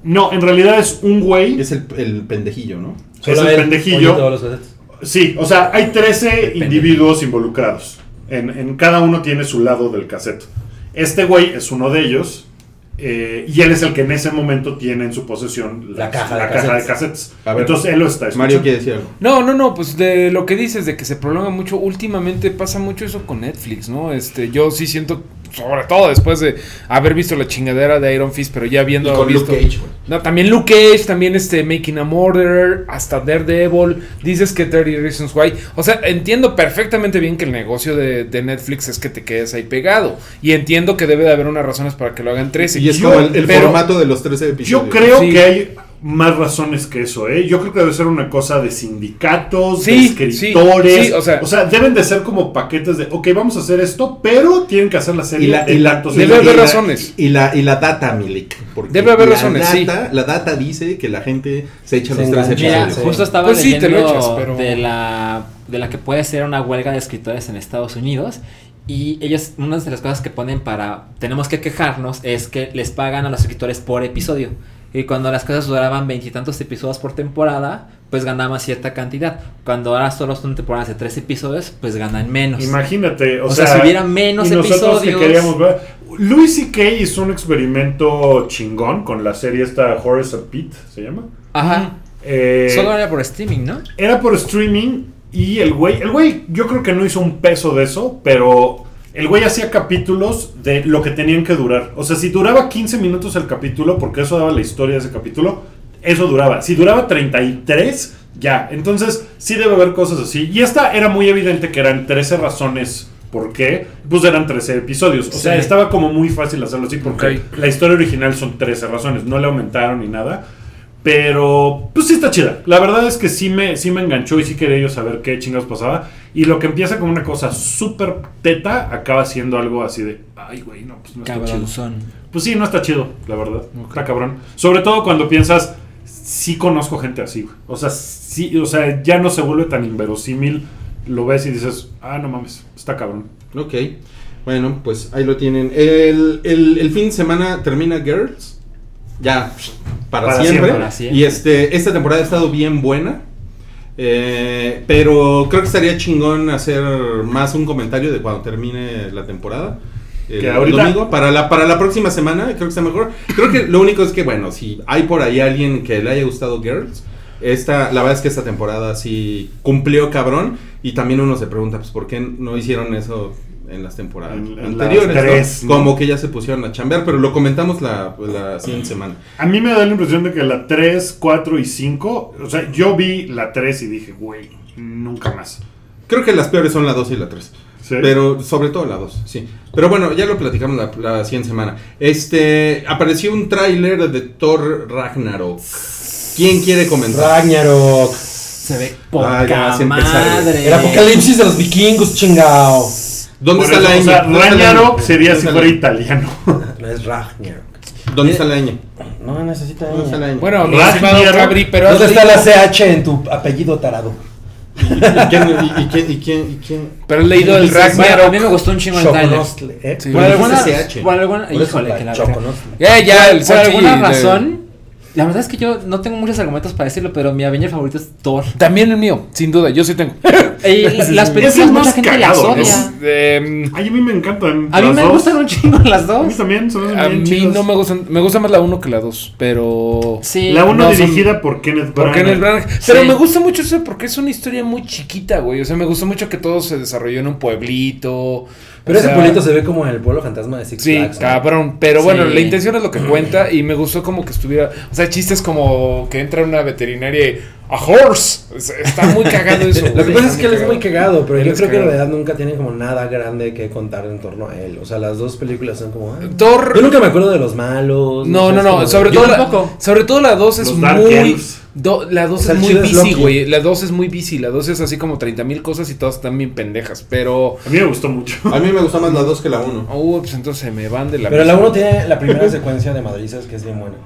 B: No, en realidad es un güey.
D: Es el, el pendejillo, ¿no?
B: Es el
F: él
B: pendejillo.
F: oye todos los cassettes.
B: Sí, o sea, hay 13 individuos involucrados. En, en cada uno tiene su lado del cassette. Este güey es uno de ellos. eh, y él es el que en ese momento tiene en su posesión
F: La caja de
B: de
F: cassettes.
B: cassettes.
D: A ver,
B: Entonces él lo está escuchando.
D: Mario quiere decir algo.
E: No, no, no, pues de lo que dices, de que se prolonga mucho, últimamente pasa mucho eso con Netflix, ¿no? Este, yo sí siento, sobre todo después de haber visto la chingadera de Iron Fist, pero ya viendo...
D: Y con
E: visto-
D: Luke Cage, güey.
E: No, también Luke Cage, también este Making a Murderer, hasta Daredevil, dices que 30 Reasons Why. O sea, entiendo perfectamente bien que el negocio de, de Netflix es que te quedes ahí pegado. Y entiendo que debe de haber unas razones para que lo hagan 13.
D: Y es
B: yo-
D: como el, el
E: pero-
D: formato de los 13 episodios.
B: Yo creo
E: Sí.
B: que hay más razones que eso, ¿eh? Yo creo que debe ser una cosa de sindicatos, de
E: Sí,
B: escritores.
E: sí, sí, o sea-
B: deben de ser como paquetes de, ok, vamos a hacer esto, pero tienen que hacer la serie
D: Y la,
B: de
D: y la,
B: tantos
D: y la-
E: Debe
B: episodios.
E: haber
D: y la-
E: razones.
D: Y la, y la data, Milik. porque
E: Debe haber
D: la
E: razones, sí.
D: data, La data dice que la gente se echa
F: Se
D: los 13
F: engancha,
C: Mira,
D: episodios.
F: sí.
C: justo estaba
E: Pues sí, te
C: leyendo
E: lo echas, pero-
C: de la de la que puede ser una huelga de escritores en Estados Unidos y ellos una de las cosas que ponen para tenemos que quejarnos es que les pagan a los escritores por episodio y cuando las cosas duraban veintitantos episodios por temporada pues ganaban cierta cantidad cuando ahora solo son temporadas de tres episodios pues ganan menos
B: Imagínate, o,
C: O sea, si hubiera menos
B: y nosotros que
C: episodios.
B: queríamos ver. Louis C.K. hizo un experimento chingón con la serie esta Horace and Pete, ¿se llama?
C: ajá
B: Eh,
C: solo era por streaming no
B: Era por streaming y el güey, el güey yo creo que no hizo un peso de eso, pero el güey hacía capítulos de lo que tenían que durar. O sea, si duraba 15 minutos el capítulo, porque eso daba la historia de ese capítulo, eso duraba. Si duraba 33, ya. Entonces, sí debe haber cosas así. Y esta era muy evidente que eran 13 razones. ¿Por qué? Pues eran 13 episodios. O sea,
E: Sí.
B: estaba como muy fácil hacerlo así porque
E: Ok.
B: la historia original son 13 razones. No le aumentaron ni nada. Pero, pues sí está chida. La verdad es que sí me, sí me enganchó y sí quería yo saber qué chingados pasaba. Y lo que empieza como una cosa súper teta, acaba siendo algo así de, ay, güey, no, pues no está chido.
C: Cabronzón.
B: Pues sí, no está chido, la verdad. Está cabrón. Sobre todo cuando piensas, sí conozco gente así, güey. O sea, sí, o sea, ya no se vuelve tan inverosímil. Lo ves y dices, ah, no mames, está cabrón.
D: Ok. Bueno, pues ahí lo tienen. El, el- el fin de semana termina Girls. Ya, para,
B: Para
D: siempre.
B: siempre.
C: Para siempre.
D: Y este, esta temporada ha estado bien buena. Eh, pero creo que estaría chingón hacer más un comentario de cuando termine la temporada. El
B: Que ahorita-
D: domingo, para la, para la próxima semana, creo que está mejor. Creo que lo único es que, bueno, si hay por ahí alguien que le haya gustado Girls, esta, la verdad es que esta temporada sí cumplió cabrón. Y también uno se pregunta, pues, ¿por qué no hicieron eso en las temporadas
B: En- en las
D: anteriores? no?
B: tres, ¿no?
D: Como que ya se pusieron a chambear, pero lo comentamos la, la siguiente semana.
B: A mí me da la impresión de que la 3, 4 y 5, o sea, yo vi la 3 y dije, güey, nunca más.
D: Creo que las peores son la 2 y la 3.
B: Sí.
D: Pero sobre todo la 2, sí. Pero bueno, ya lo platicamos la, la siguiente semana. Este, apareció un tráiler de Thor Ragnarok. ¿Quién quiere comentar?
F: Ragnarok.
C: Se ve
D: Ah, ya
C: poca
D: vas a empezar.
C: madre.
F: El apocalipsis de los vikingos, chingao.
D: ¿Dónde
B: Por
D: está
B: eso,
D: la
B: o sea,
D: ñ? ¿Dónde está la
B: Ragnarok
D: ñ?
B: sería
D: ¿Dónde
B: si
D: está
B: fuera
D: la ñ?
B: italiano.
F: No es Ragnarok.
D: ¿Dónde está la ñ?
F: No necesita
D: ¿Dónde está la ñ?
E: Bueno, mi
B: Ragnarok.
E: estimado Cabri, pero has
F: ¿Dónde está la
E: leído-
F: CH en tu apellido tarado?
D: ¿Y quién? ¿Y, y quién? ¿Y quién? ¿Y quién?
E: Pero has leído el
C: Bueno, a mí
E: Ragnarok.
C: me gustó un chingo el Tyler.
F: Choconostle, ¿eh?
E: Sí.
C: Por
D: Pero
C: alguna,
D: dice CH.
C: por alguna,
F: Por eso
C: híjole,
F: la
C: que la
F: Choconostle.
E: Eh, ya, el
C: Por
E: Sachi
C: alguna
E: de-
C: razón, la verdad es que yo no tengo muchos argumentos para decirlo, pero mi Avenger favorito es Thor.
E: También el mío, sin duda, yo sí tengo.
C: Y las
B: Ese es
C: películas mucha
B: más
C: gente las
B: cagado, ¿no?
C: odia.
E: Eh,
B: Ay, a mí me encantan.
C: A mí
B: las
C: me
B: dos.
C: gustan un chingo las
B: A mí
C: dos.
B: también, son
E: a mí no me gustan, me gusta más la 1 que la 2, pero...
C: Sí.
B: La uno
E: No, son-
B: dirigida por Kenneth Branagh.
E: Porque en el Branagh- Pero
C: Sí.
E: me gusta mucho eso porque es una historia muy chiquita, güey. O sea, me gustó mucho que todo se desarrolló en un pueblito. O
F: Pero ese
E: sea,
F: pueblito se ve como el pueblo fantasma de Six
E: Sí,
F: Flags. ¿no?
E: cabrón. Pero bueno,
C: Sí.
E: la intención es lo que cuenta y me gustó como que estuviera. O sea, chistes como que entra una veterinaria y. ¡A horse! O sea, Está muy cagado eso.
F: Lo que
E: güey,
F: pasa
E: está
F: es que él es muy cagado, pero
E: Él
F: yo
E: es
F: creo que en
E: cagado.
F: realidad nunca tienen como nada grande que contar en torno a él. O sea, las dos películas son como. ah,
E: Thor-
F: Yo nunca me acuerdo de los malos.
E: No, no,
F: Es
E: no.
F: como-
E: Sobre
C: Yo
E: todo, la,
C: tampoco.
E: sobre todo la 2 es
B: Los Dark
E: muy.
B: Elves.
E: do- la 2
F: O sea,
E: es
F: el
E: muy
F: chido es
E: busy,
F: Loki.
E: güey. La 2 es muy busy. La 2 es así como 30 mil cosas y todas están bien pendejas. Pero.
B: A mí me gustó mucho.
D: A mí me gusta más la 2 que la 1.
E: Uh, pues entonces se me van de la.
F: Pero la
E: mesa.
F: 1 tiene la primera secuencia de madrizas que es bien buena.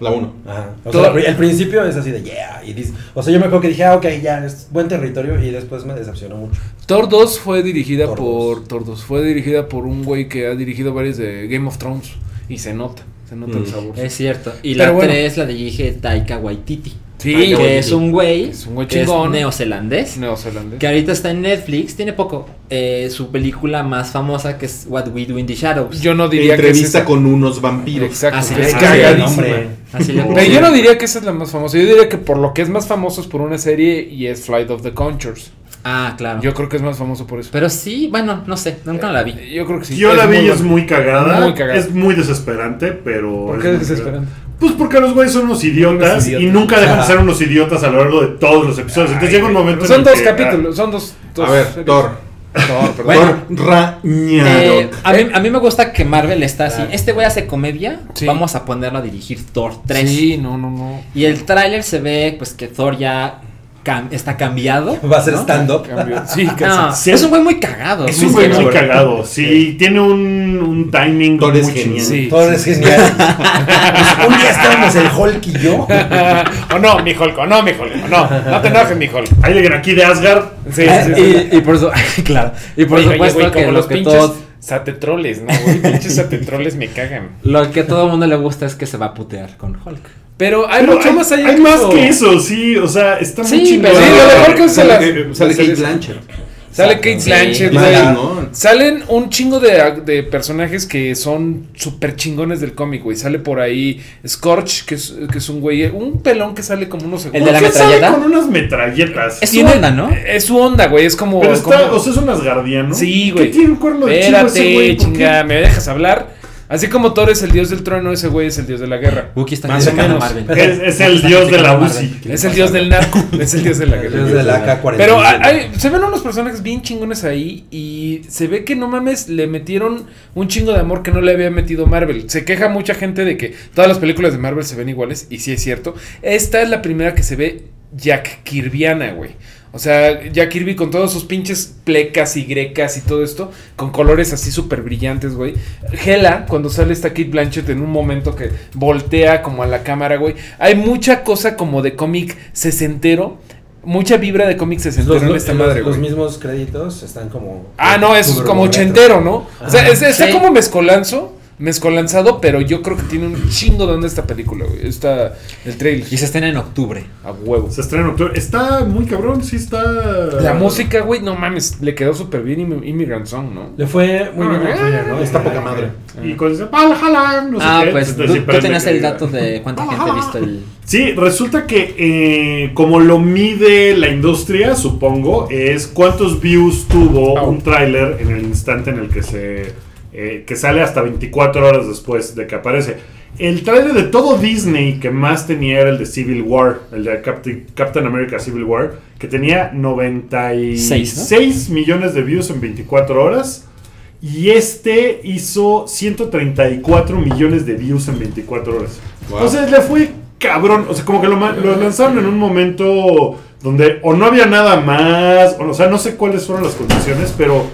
D: La 1.
F: Ajá. O
E: Todo-
F: sea, la pri- el principio es así de yeah. Y dice, o sea, yo me acuerdo que dije, ah, ok, ya, es buen territorio. Y después me decepcionó mucho.
E: Thor 2 fue dirigida
F: Thor
E: por
F: 2.
E: Thor 2, Fue dirigida por un güey que ha dirigido varios de Game of Thrones. Y se nota. Se nota
D: Mm.
E: el sabor.
C: Es cierto. Y
E: Pero
C: la
E: bueno.
C: 3 la dirige Taika Waititi.
E: Sí,
C: que
E: güey.
C: es un güey.
E: Es un güey
C: que es
E: chingón.
C: neozelandés.
E: Neozelandés.
C: Que ahorita está en Netflix, tiene poco. eh, su película más famosa que es What We Do in the Shadows.
E: Yo no diría que es
D: Entrevista
E: esa.
D: con unos vampiros.
E: Exacto.
C: Así
E: que
C: es.
E: es
C: Ah,
E: cagadísima.
F: hombre.
C: Así le
E: Pero yo no diría que esa es la más famosa. Yo diría que por lo que es más famoso es por una serie y es Flight of the Conchors.
C: Ah, claro.
E: Yo creo que es más famoso por eso.
C: Pero sí, bueno, no sé, nunca la vi.
E: Yo creo que sí.
B: Yo la vi y
E: buena.
B: es muy cagada.
E: Muy cagada.
B: Es muy desesperante, pero.
E: ¿Por qué
B: muy cagada.
E: es desesperante?
B: Pues porque los güeyes son unos idiotas,
E: Unos idiotas.
B: y nunca dejan de ser unos idiotas a lo largo de todos los episodios. Entonces llega un momento en
E: Pues Son
B: el
E: dos
B: que, ah,
E: capítulos, son dos. dos
D: A ver,
E: series.
D: Thor.
E: Thor, perdón.
C: Bueno.
D: Thor Ragnarok.
C: Eh, a, mí, a mí me gusta que Marvel está así. Este güey hace comedia,
E: Sí.
C: vamos a ponerlo a dirigir Thor 3.
E: Sí, no, no, no.
C: Y el tráiler se ve pues que Thor ya cam- está cambiado.
F: Va a ser
C: ¿no?
F: stand-up.
E: Cambio. Sí, que
C: No,
E: sí.
B: Sí.
C: es un güey muy cagado.
B: Es un güey muy cagado. Sí, tiene un, un timing
D: Thor
B: muy
D: es genial.
B: chingón.
E: Sí.
F: Todo es genial. Pues, un día estábamos el Hulk y yo.
E: o no, mi Holco, no, mi Holco, no, no te enojes, mi Holco.
B: Ahí le aquí de Asgard.
E: Sí,
C: Ah,
E: sí, sí.
C: y, y por eso, claro. Y por
E: Oye,
C: supuesto
E: güey,
C: que,
E: como
C: lo
E: los
C: que
E: pinches
C: todo,
E: satetroles, ¿no? Güey? Pinches satetroles me cagan.
C: lo que todo el mundo le gusta es que se va a putear con Hulk.
E: Pero hay
B: Pero
E: mucho
B: hay,
E: más allá
B: hay
E: de
B: más que eso, sí. O sea, está
C: Sí,
B: muy chingón.
E: pero- Sí, lo mejor que se
D: Sale-
E: las-
D: eh, Sale
E: las series.
D: Kate Blanchett.
E: Sale
C: Exacto.
E: Kate
C: Sí.
E: Blanchett,
C: Y
E: güey.
C: sale-
D: ¿no?
E: Salen un chingo de, de personajes que son súper chingones del cómic, güey. Sale por ahí Scorch, que es, que es un güey, un pelón que sale como unos
C: ¿El de la
B: ¿Por qué sale
C: metralleta?
B: con unas metralletas.
C: Es su
E: Tiene-
C: onda, ¿no?
E: Es su onda, güey. Es como.
B: Pero está,
E: como-
B: o sea, es un asgardiano.
E: Sí, güey.
B: ¿Qué tiene un cuerno de chivo ese güey?
E: Espérate,
B: ¿Por qué?
E: chinga, me dejas hablar. Así como Thor es el dios del trueno, ese güey es el dios de la guerra.
C: Wookiee está
D: Más
C: criticando
D: o
C: a
D: menos.
C: Marvel.
B: Es, es el dios de la UCI.
E: Es el dios del narco, es el dios de la guerra.
F: Desde la K-47.
E: Pero hay- hay- se ven unos personajes bien chingones ahí y se ve que no mames, le metieron un chingo de amor que no le había metido Marvel. Se queja mucha gente de que todas las películas de Marvel se ven iguales y sí es cierto. Esta es la primera que se ve Jack Kirbyana, güey. O sea, Jack Kirby con todos sus pinches plecas y grecas y todo esto, con colores así súper brillantes, güey. Hela, cuando sale esta Kate Blanchett en un momento que voltea como a la cámara, güey. Hay mucha cosa como de cómic sesentero, mucha vibra de cómic sesentero
F: los,
E: en esta
F: los-
E: madre,
F: los
E: güey.
F: mismos créditos están como.
E: Ah, no, eso es
F: súper
E: como
F: retro.
E: ochentero, ¿no? O sea,
F: Ajá.
E: es- está
C: Sí.
E: como mezcolanzo, mezcolanzado, pero yo creo que tiene un chingo de onda esta película, güey. Esta, el trailer.
C: Y se estrena en octubre.
E: A huevo.
B: Se estrena en octubre. Está muy cabrón, sí está.
E: La música, güey, no mames, le quedó súper bien Immi- Immigrant Song, ¿no?
F: Le fue muy bien
E: Ah,
F: a Twitter, ¿no?
D: Está poca madre.
B: Y con ese Valhalla, no sé
C: ah,
B: qué,
C: pues
B: te
C: tú,
B: decía,
C: tú
B: prende
C: tenías
B: que-
C: el dato de cuánta gente ha visto el.
B: Sí, resulta que eh, como lo mide la industria, supongo, es cuántos views tuvo
E: Au.
B: un tráiler en el instante en el que se eh, que sale hasta 24 horas después de que aparece. El tráiler de todo Disney que más tenía era el de Civil War, el de Captain, Captain America Civil War, que tenía 96 millones de views en 24 horas. Y este hizo 134 millones de views en 24 horas.
D: Wow.
B: Entonces le fue cabrón. O sea, como que lo, ma- lo lanzaron en un momento donde o no había nada más, o, no- o sea, no sé cuáles fueron las condiciones, pero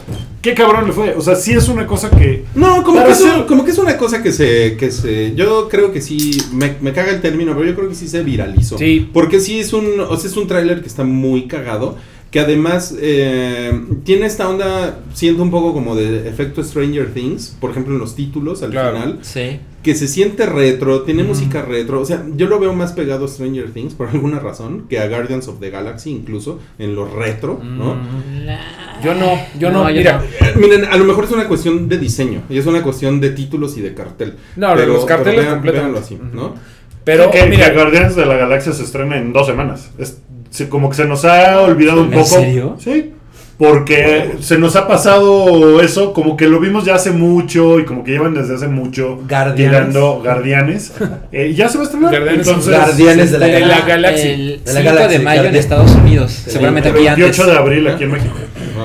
B: qué cabrón le fue. O sea, sí es una cosa que...
D: No, como
B: Para
D: que, es un-
B: hacer-
D: como que es una cosa que se, que se. Yo creo que sí. Me, me caga el término, pero yo creo que sí se viralizó.
E: Sí.
D: Porque sí es un. O sea, es un tráiler que está muy cagado. Que además eh, tiene esta onda. Siento un poco como de efecto Stranger Things. Por ejemplo, en los títulos al
E: Claro.
D: final.
C: Sí.
D: Que se siente retro. Tiene música retro. O sea, yo lo veo más pegado a Stranger Things por alguna razón. Que a Guardians of the Galaxy, incluso. En lo retro, ¿no?
E: Mm. Yo no, yo no,
C: No, yo
E: mira.
C: no.
D: Eh, Miren, a lo mejor es una cuestión de diseño y es una cuestión de títulos y de cartel.
E: No, los carteles
D: vean-
E: completamente.
D: véanlo así, ¿no?
E: Pero
B: que,
E: mira,
B: mira, Guardianes de la Galaxia se estrena en dos semanas. Es, se- como que se nos ha olvidado un
C: ¿En
B: poco.
C: serio?
B: Sí. Porque se nos ha pasado eso, como que lo vimos ya hace mucho y como que llevan desde hace mucho
F: Guardianes.
B: tirando Guardianes. Eh, y ya se va a estrenar.
E: Guardianes son
B: Entonces,
F: Guardianes de la
C: este,
E: de la
F: Galaxia.
E: Galaxia.
C: El
F: De la
C: 5 de mayo
F: Galaxy,
C: en
F: Guardián.
C: Seguramente Estados Unidos. Seguramente
B: el
C: aquí
B: 28
C: antes.
B: de abril aquí en México.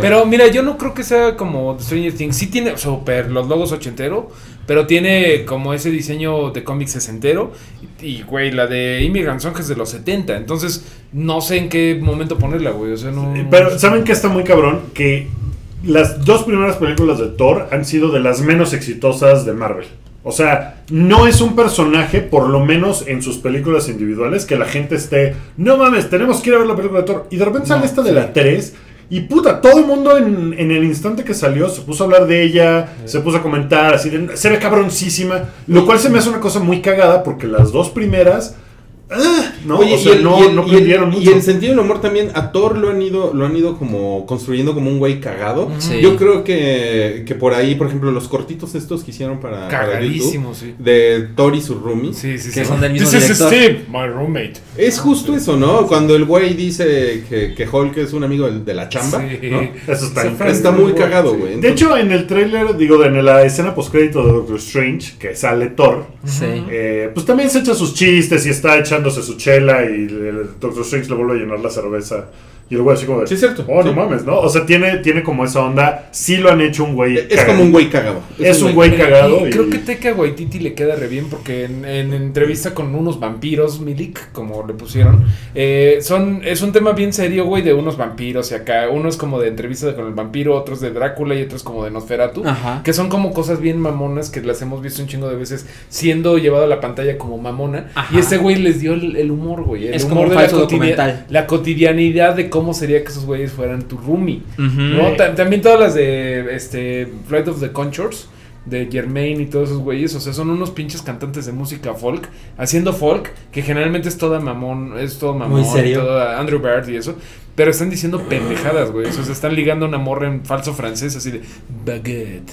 E: Pero mira, yo no creo que sea como The Stranger Things. Sí tiene super los logos ochentero, pero tiene como ese diseño de cómic sesentero. Y, güey, la de Immigrant Song es de los 70. Entonces, no sé en qué momento ponerla, güey. O sea, no.
B: Eh, Pero ¿saben que está muy cabrón? Que las dos primeras películas de Thor han sido de las menos exitosas de Marvel. O sea, no es un personaje, por lo menos en sus películas individuales, que la gente esté, no mames, tenemos que ir a ver la película de Thor. Y de repente sale esta de la 3. Y puta, todo el mundo en, en el instante que salió se puso a hablar de ella, se puso a comentar, así de, se ve cabroncísima, lo cual se me hace una cosa muy cagada porque las dos primeras, ah, no,
D: Oye,
B: o sea,
D: y el- y
B: no,
D: el-
B: no
D: y el-
B: prendieron
D: y
B: mucho.
D: el sentido del humor también, a Thor lo han ido, lo han ido como construyendo como un güey cagado.
C: Sí.
D: Yo creo que, que por ahí, por ejemplo, los cortitos estos que hicieron para, para YouTube
E: Cagadísimo, sí.
D: de Thor y su roomie.
E: Sí, sí,
C: Que
E: sí.
C: son del mismo
E: This is
C: director.
E: Steve, my roommate.
D: Es justo eso, ¿no? Cuando el güey dice que, que Hulk es un amigo del- de la chamba,
E: Sí.
D: ¿no?
B: Eso está
E: Se
B: increíble.
D: Está muy cagado, güey.
B: De hecho, en el tráiler, digo, en la escena postcrédito de Doctor Strange, que sale Thor,
C: Sí.
B: eh, pues también se echa sus chistes y está echándose su chela y el Doctor Strange le vuelve a llenar la cerveza. Y el güey así como de...
D: Sí, es cierto.
B: Oh, no
D: Sí.
B: mames, ¿no? O sea, tiene, tiene como esa onda. Sí lo han hecho un güey
D: es
B: cagado.
D: como un güey cagado.
B: eh, Es un güey cagado.
E: Y
B: y-
E: creo que Teca Waititi le queda re bien porque en, en entrevista con unos vampiros, Milik, como le pusieron, eh, son es un tema bien serio, güey, de unos vampiros y acá, uno es como de entrevista con el vampiro, otros de Drácula y otros como de Nosferatu,
C: Ajá.
E: que son como cosas bien mamonas que las hemos visto un chingo de veces siendo llevado a la pantalla como mamona.
C: Ajá.
E: Y este güey les dio el, el humor, güey, el
C: Es como
E: humor
C: un
E: de la,
C: falso
E: cotidia-
C: documental.
E: la cotidianidad de cómo sería que esos güeyes fueran tu roomie.
C: Ujú.
E: ¿no? Ta- También todas las de este, Flight of the Conchors. de Germain y todos esos güeyes. O sea, son unos pinches cantantes de música folk, haciendo folk, que generalmente es toda mamón, es todo mamón,
F: Muy serio.
E: toda Andrew Bird y eso. Pero están diciendo pendejadas, güey. O sea, se están ligando a una morra en falso francés, así de baguette,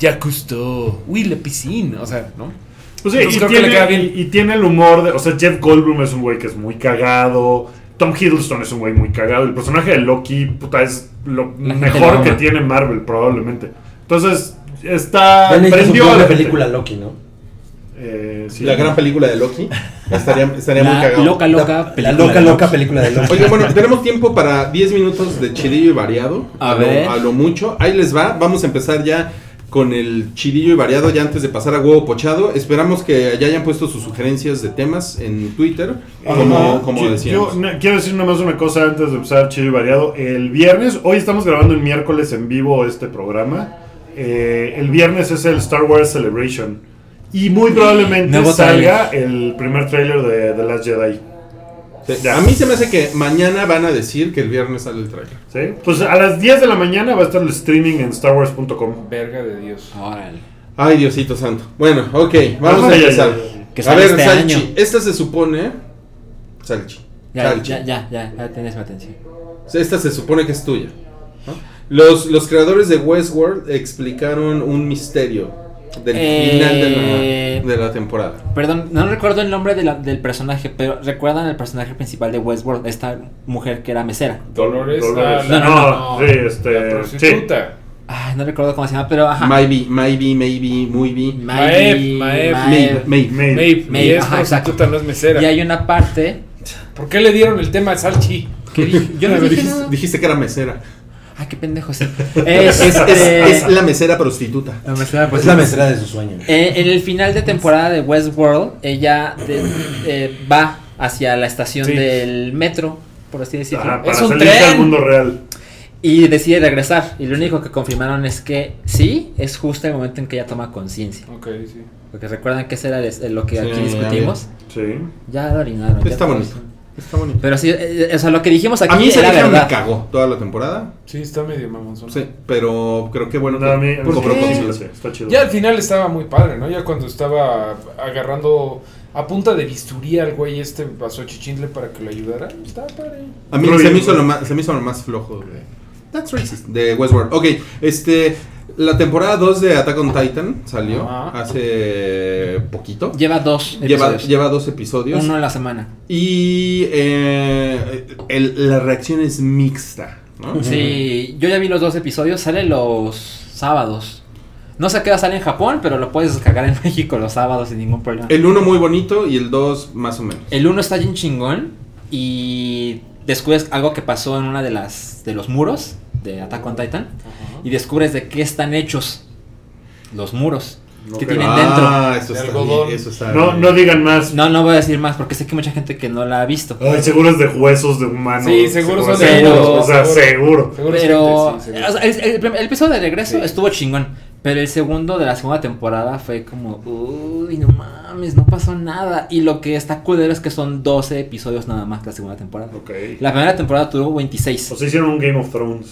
E: ya custó, uy, la piscina. O sea, ¿no?
B: Pues sí,
E: Entonces
B: y,
E: creo que le queda
B: tiene,
E: bien.
B: y- y tiene el humor de. O sea, Jeff Goldblum es un güey que es muy cagado. Tom Hiddleston es un güey muy cagado. El personaje de Loki, puta, es lo
C: La gente lo
B: mejor
C: ama.
B: que tiene Marvel, probablemente. Entonces, está.
F: Ben hizo su
B: prendió a
F: propia
B: la gente.
F: película Loki, ¿no?
B: Eh, sí.
D: La gran película de Loki. Estaría, estaría muy
C: La
D: cagado.
C: loca, loca,
F: La
C: película
F: loca,
C: de
F: loca
C: Loki.
F: película de Loki.
D: Oye, bueno, tenemos tiempo para 10 minutos de chidillo y variado.
C: A
D: lo-
C: ver.
D: a lo mucho. Ahí les va. Vamos a empezar ya con el chidillo y variado, ya antes de pasar a huevo pochado. Esperamos que ya hayan puesto sus sugerencias de temas en Twitter.
B: Ajá.
D: Como, como
B: Yo-
D: decíamos.
B: yo, na- quiero decir nomás una cosa antes de empezar chido y variado. El viernes, hoy estamos grabando el miércoles en vivo este programa. Eh, el viernes es el Star Wars Celebration. Y muy probablemente
C: Nuevo
B: salga el primer tráiler de The Last Jedi.
D: Te- A mí se me hace que mañana van a decir que el viernes sale el trailer.
B: ¿sí? Pues a las 10 de la mañana va a estar el streaming en starwars.com.
E: Verga de Dios.
C: Órale.
D: Ay, Diosito santo. Bueno, ok, vamos
B: Ay,
D: a
B: ay,
D: empezar.
B: ay,
C: ay. Que
D: a
C: sale
D: ver,
C: este
D: Salchi,
C: año.
D: esta se supone. Salchi.
C: Ya,
D: Salchi.
C: ya, ya, ya, ya tienes mi atención.
D: Esta se supone que es tuya. ¿no? Los, los creadores de Westworld explicaron un misterio del
C: Eh.
D: final de la, de la temporada.
C: Perdón, no recuerdo el nombre de la- del personaje, pero recuerdan el personaje principal de Westworld, esta mujer que era mesera.
E: Dolores.
B: Dolores.
E: ah, la-
B: No, no, sí, este,
E: La prostituta.
C: Ay, no recuerdo cómo se llama, pero ajá.
D: Maybe, maybe, maybe, muy bien.
C: Maeve,
E: Maeve,
C: Maeve.
D: Maybe, maybe.
B: May-
E: Maeve,
C: Maeve,
E: y es
C: ajá,
E: prostituta,
C: exacto.
E: no es mesera.
C: Y hay una parte
E: ¿Por qué le dieron el tema a Salchi?
C: que dije, yo no dije
D: dijiste,
C: nada.
D: dijiste que era mesera.
C: Ay, qué pendejo sí. Es,
D: Es, es-
C: este,
D: es la mesera prostituta.
C: la mesera, pues,
F: Es la mesera de su sueño.
C: Eh, en el final de temporada de Westworld, ella de- eh, va hacia la estación
E: Sí.
C: del metro, por así decirlo.
B: Ajá, para
C: es un
B: salirse al
C: tren.
B: mundo real.
C: Y decide regresar. Y lo único que confirmaron es que sí, es justo el momento en que ella toma conciencia.
E: Ok, sí.
C: Porque recuerdan que ese era el- el- lo que
D: Sí,
C: aquí discutimos.
B: Sí.
C: Ya lo orinaron. ya
D: Pues Está
C: todo
D: bonito.
C: eso.
D: Está bonito.
C: Pero sí, eh, eh, o sea, lo que dijimos aquí
D: A mí esa
C: era
D: vieja me
C: verdad.
D: cagó toda la temporada.
E: Sí, está medio mamonzón.
D: Sí, pero creo que bueno,
B: No, a mí- a mí
D: cobró
B: sí,
D: conciencia.
B: sí, Está chido.
E: Ya al final estaba muy padre, ¿no? Ya cuando estaba agarrando a punta de bisturí al güey este pasó a Chichinle para que lo ayudara. Está padre.
D: A mí
B: Muy
D: se
B: bien,
D: me, hizo
B: güey.
D: lo más, se me hizo lo más flojo de, That's racist, de Westworld. Ok, este, la temporada 2 de Attack on Titan salió
E: Ajá.
D: hace poquito.
C: Lleva dos
D: Lleva,
C: episodios.
D: lleva dos episodios.
C: Uno a la semana.
D: Y eh, el- la reacción es mixta. ¿no?
C: Sí, yo ya vi los dos episodios. Sale los sábados. No sé a qué hora sale en Japón, pero lo puedes descargar en México los sábados sin ningún problema.
D: El 1 muy bonito y el 2 más o menos.
C: El uno está bien chingón y descubres algo que pasó en una de las de los muros de Attack on Titan y descubres de qué están hechos los muros que
B: Ok.
C: tienen dentro.
D: Ah, eso
E: De
D: está,
E: algodón.
D: bien, eso está
B: No,
D: bien.
B: no digan más.
C: No, no voy a decir más porque sé que hay mucha gente que no la ha visto.
B: Ay, seguro es de huesos de humanos.
E: Sí, seguro son
C: de
B: seguro,
C: huesos,
B: O sea,
E: seguro.
B: seguro.
E: Seguro
C: pero
E: sí, sí,
C: o sea, el, el prim- el episodio de regreso
E: Sí.
C: estuvo chingón, pero el segundo de la segunda temporada fue como, uy, no mames, no pasó nada. Y lo que está culero es que son 12 episodios nada más que la segunda temporada.
B: Ok.
C: La primera temporada tuvo 26.
B: O sea, hicieron un Game of Thrones.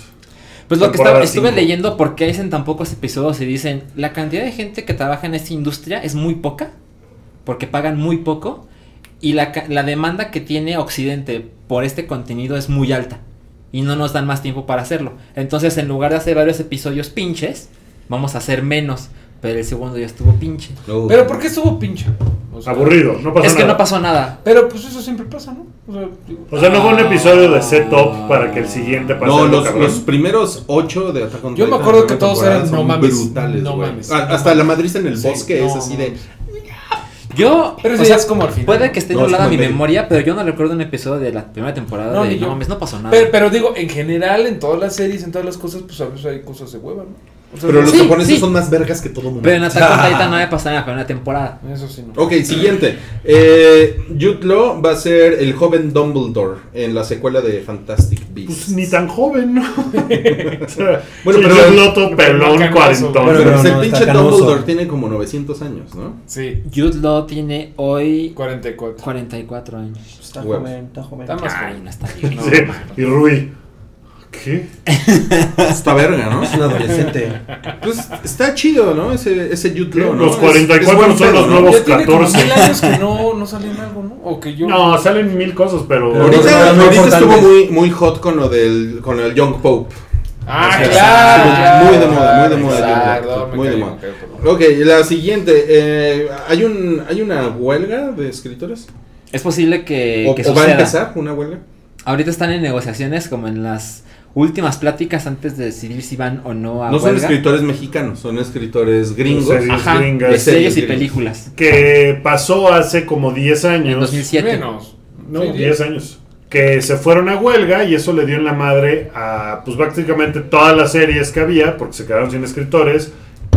C: Pues lo que
B: Temporada
C: estaba- estuve
B: cinco.
C: leyendo por qué dicen tan pocos episodios y dicen la cantidad de gente que trabaja en esta industria es muy poca, porque pagan muy poco, y la, ca- la demanda que tiene Occidente por este contenido es muy alta, y no nos dan más tiempo para hacerlo. Entonces, en lugar de hacer varios episodios pinches, vamos a hacer menos, pero el segundo ya estuvo pinche.
D: Oh.
E: Pero ¿por qué estuvo pinche? O sea,
B: Aburrido, no pasa
C: es que
B: nada.
C: no pasó nada.
E: Pero pues eso siempre pasa, ¿no? O sea, digo,
B: O sea, no fue un episodio de setup para que el siguiente pase.
D: No,
B: algo
D: los,
B: cabrón.
D: los primeros ocho de Attack on
E: Yo me
D: Titan
E: acuerdo
D: de
E: que
D: la
E: todos
D: temporada
E: eran
D: son
E: no mames,
D: brutales,
E: no
D: güey.
E: mames.
D: Ah, Hasta la madriz en el
E: Sí,
D: bosque es
E: no,
D: así de.
C: Yo,
E: Pero eso
C: o
E: ya
C: sea,
E: es como al final.
C: puede que esté
D: No, es
C: nublada
D: como
C: mi
D: en medio.
C: memoria, pero yo no recuerdo un episodio de la primera temporada
E: No,
C: de
E: ni yo.
C: no mames, no pasó nada.
E: Pero, pero digo, en general, en todas las series, en todas las cosas, pues a veces hay cosas de hueva, ¿no? O sea,
D: Pero los
C: Sí,
D: japoneses
C: sí.
D: son más vergas que todo mundo.
C: Pero en Attack on Titan no me pasado en la primera temporada.
E: Eso sí, no.
D: Ok, siguiente. Eh, Jude Law va a ser el joven Dumbledore en la secuela de Fantastic
B: Pues
D: Beasts.
B: ni tan joven, ¿no? o sea,
D: Bueno,
B: bueno,
D: pero-
B: pero. loto pelón
E: Pero-
B: cuarentón.
D: pero
F: Pero
D: pues
F: no,
D: el
F: no,
D: pinche
F: está canoso.
D: Dumbledore tiene como 900 años, ¿no?
E: Sí,
C: Jude Law tiene hoy
E: 44.
C: 44 años.
F: Pues Está
D: Huevos.
F: joven, está joven.
E: Está más
C: Ay,
E: joven.
C: no está bien.
E: No.
B: Sí, y Rui. ¿Qué?
D: Está verga, ¿no?
F: Es un adolescente.
D: Pues está chido, ¿no? Ese, ese Jude Law, ¿no?
B: Los
D: Es-
B: 44
D: es
B: son
D: buen pedo,
B: los
D: ¿no?
B: nuevos
E: Ya tiene como
B: 14.
E: mil años que no, no salió en algo, ¿no? O que yo.
B: No, salen mil cosas, pero.
F: Pero
D: Ahorita,
F: Pero no
D: ahorita
F: importantes.
D: estuvo muy, muy hot con lo del con el Young Pope.
E: Ah,
D: O sea,
E: claro,
D: estuvo
E: claro,
D: muy de moda, muy de
E: claro,
D: moda,
E: exacto,
D: Jude Law,
E: me
D: muy de
E: caí,
D: moda.
E: me caí, perdón.
D: Ok, la siguiente. eh, ¿hay, un, ¿Hay una huelga de escritores?
C: Es posible Eh, que,
D: ¿O,
C: que
D: o va a
C: suceda.
D: empezar una huelga?
C: Ahorita están en negociaciones, como en las últimas pláticas antes de decidir si van o no a
D: No son
C: Ah, huelga.
D: escritores mexicanos, son escritores gringos.
B: Series
C: Ajá,
B: gringas.
C: de series y
D: Gringas.
C: películas.
B: Que pasó hace como 10
C: En
B: años.
C: 2007.
E: Menos.
B: No,
E: Sí,
B: 10 años. Que se fueron a huelga y eso le dio en la madre a, pues prácticamente todas las series que había, porque se quedaron sin escritores,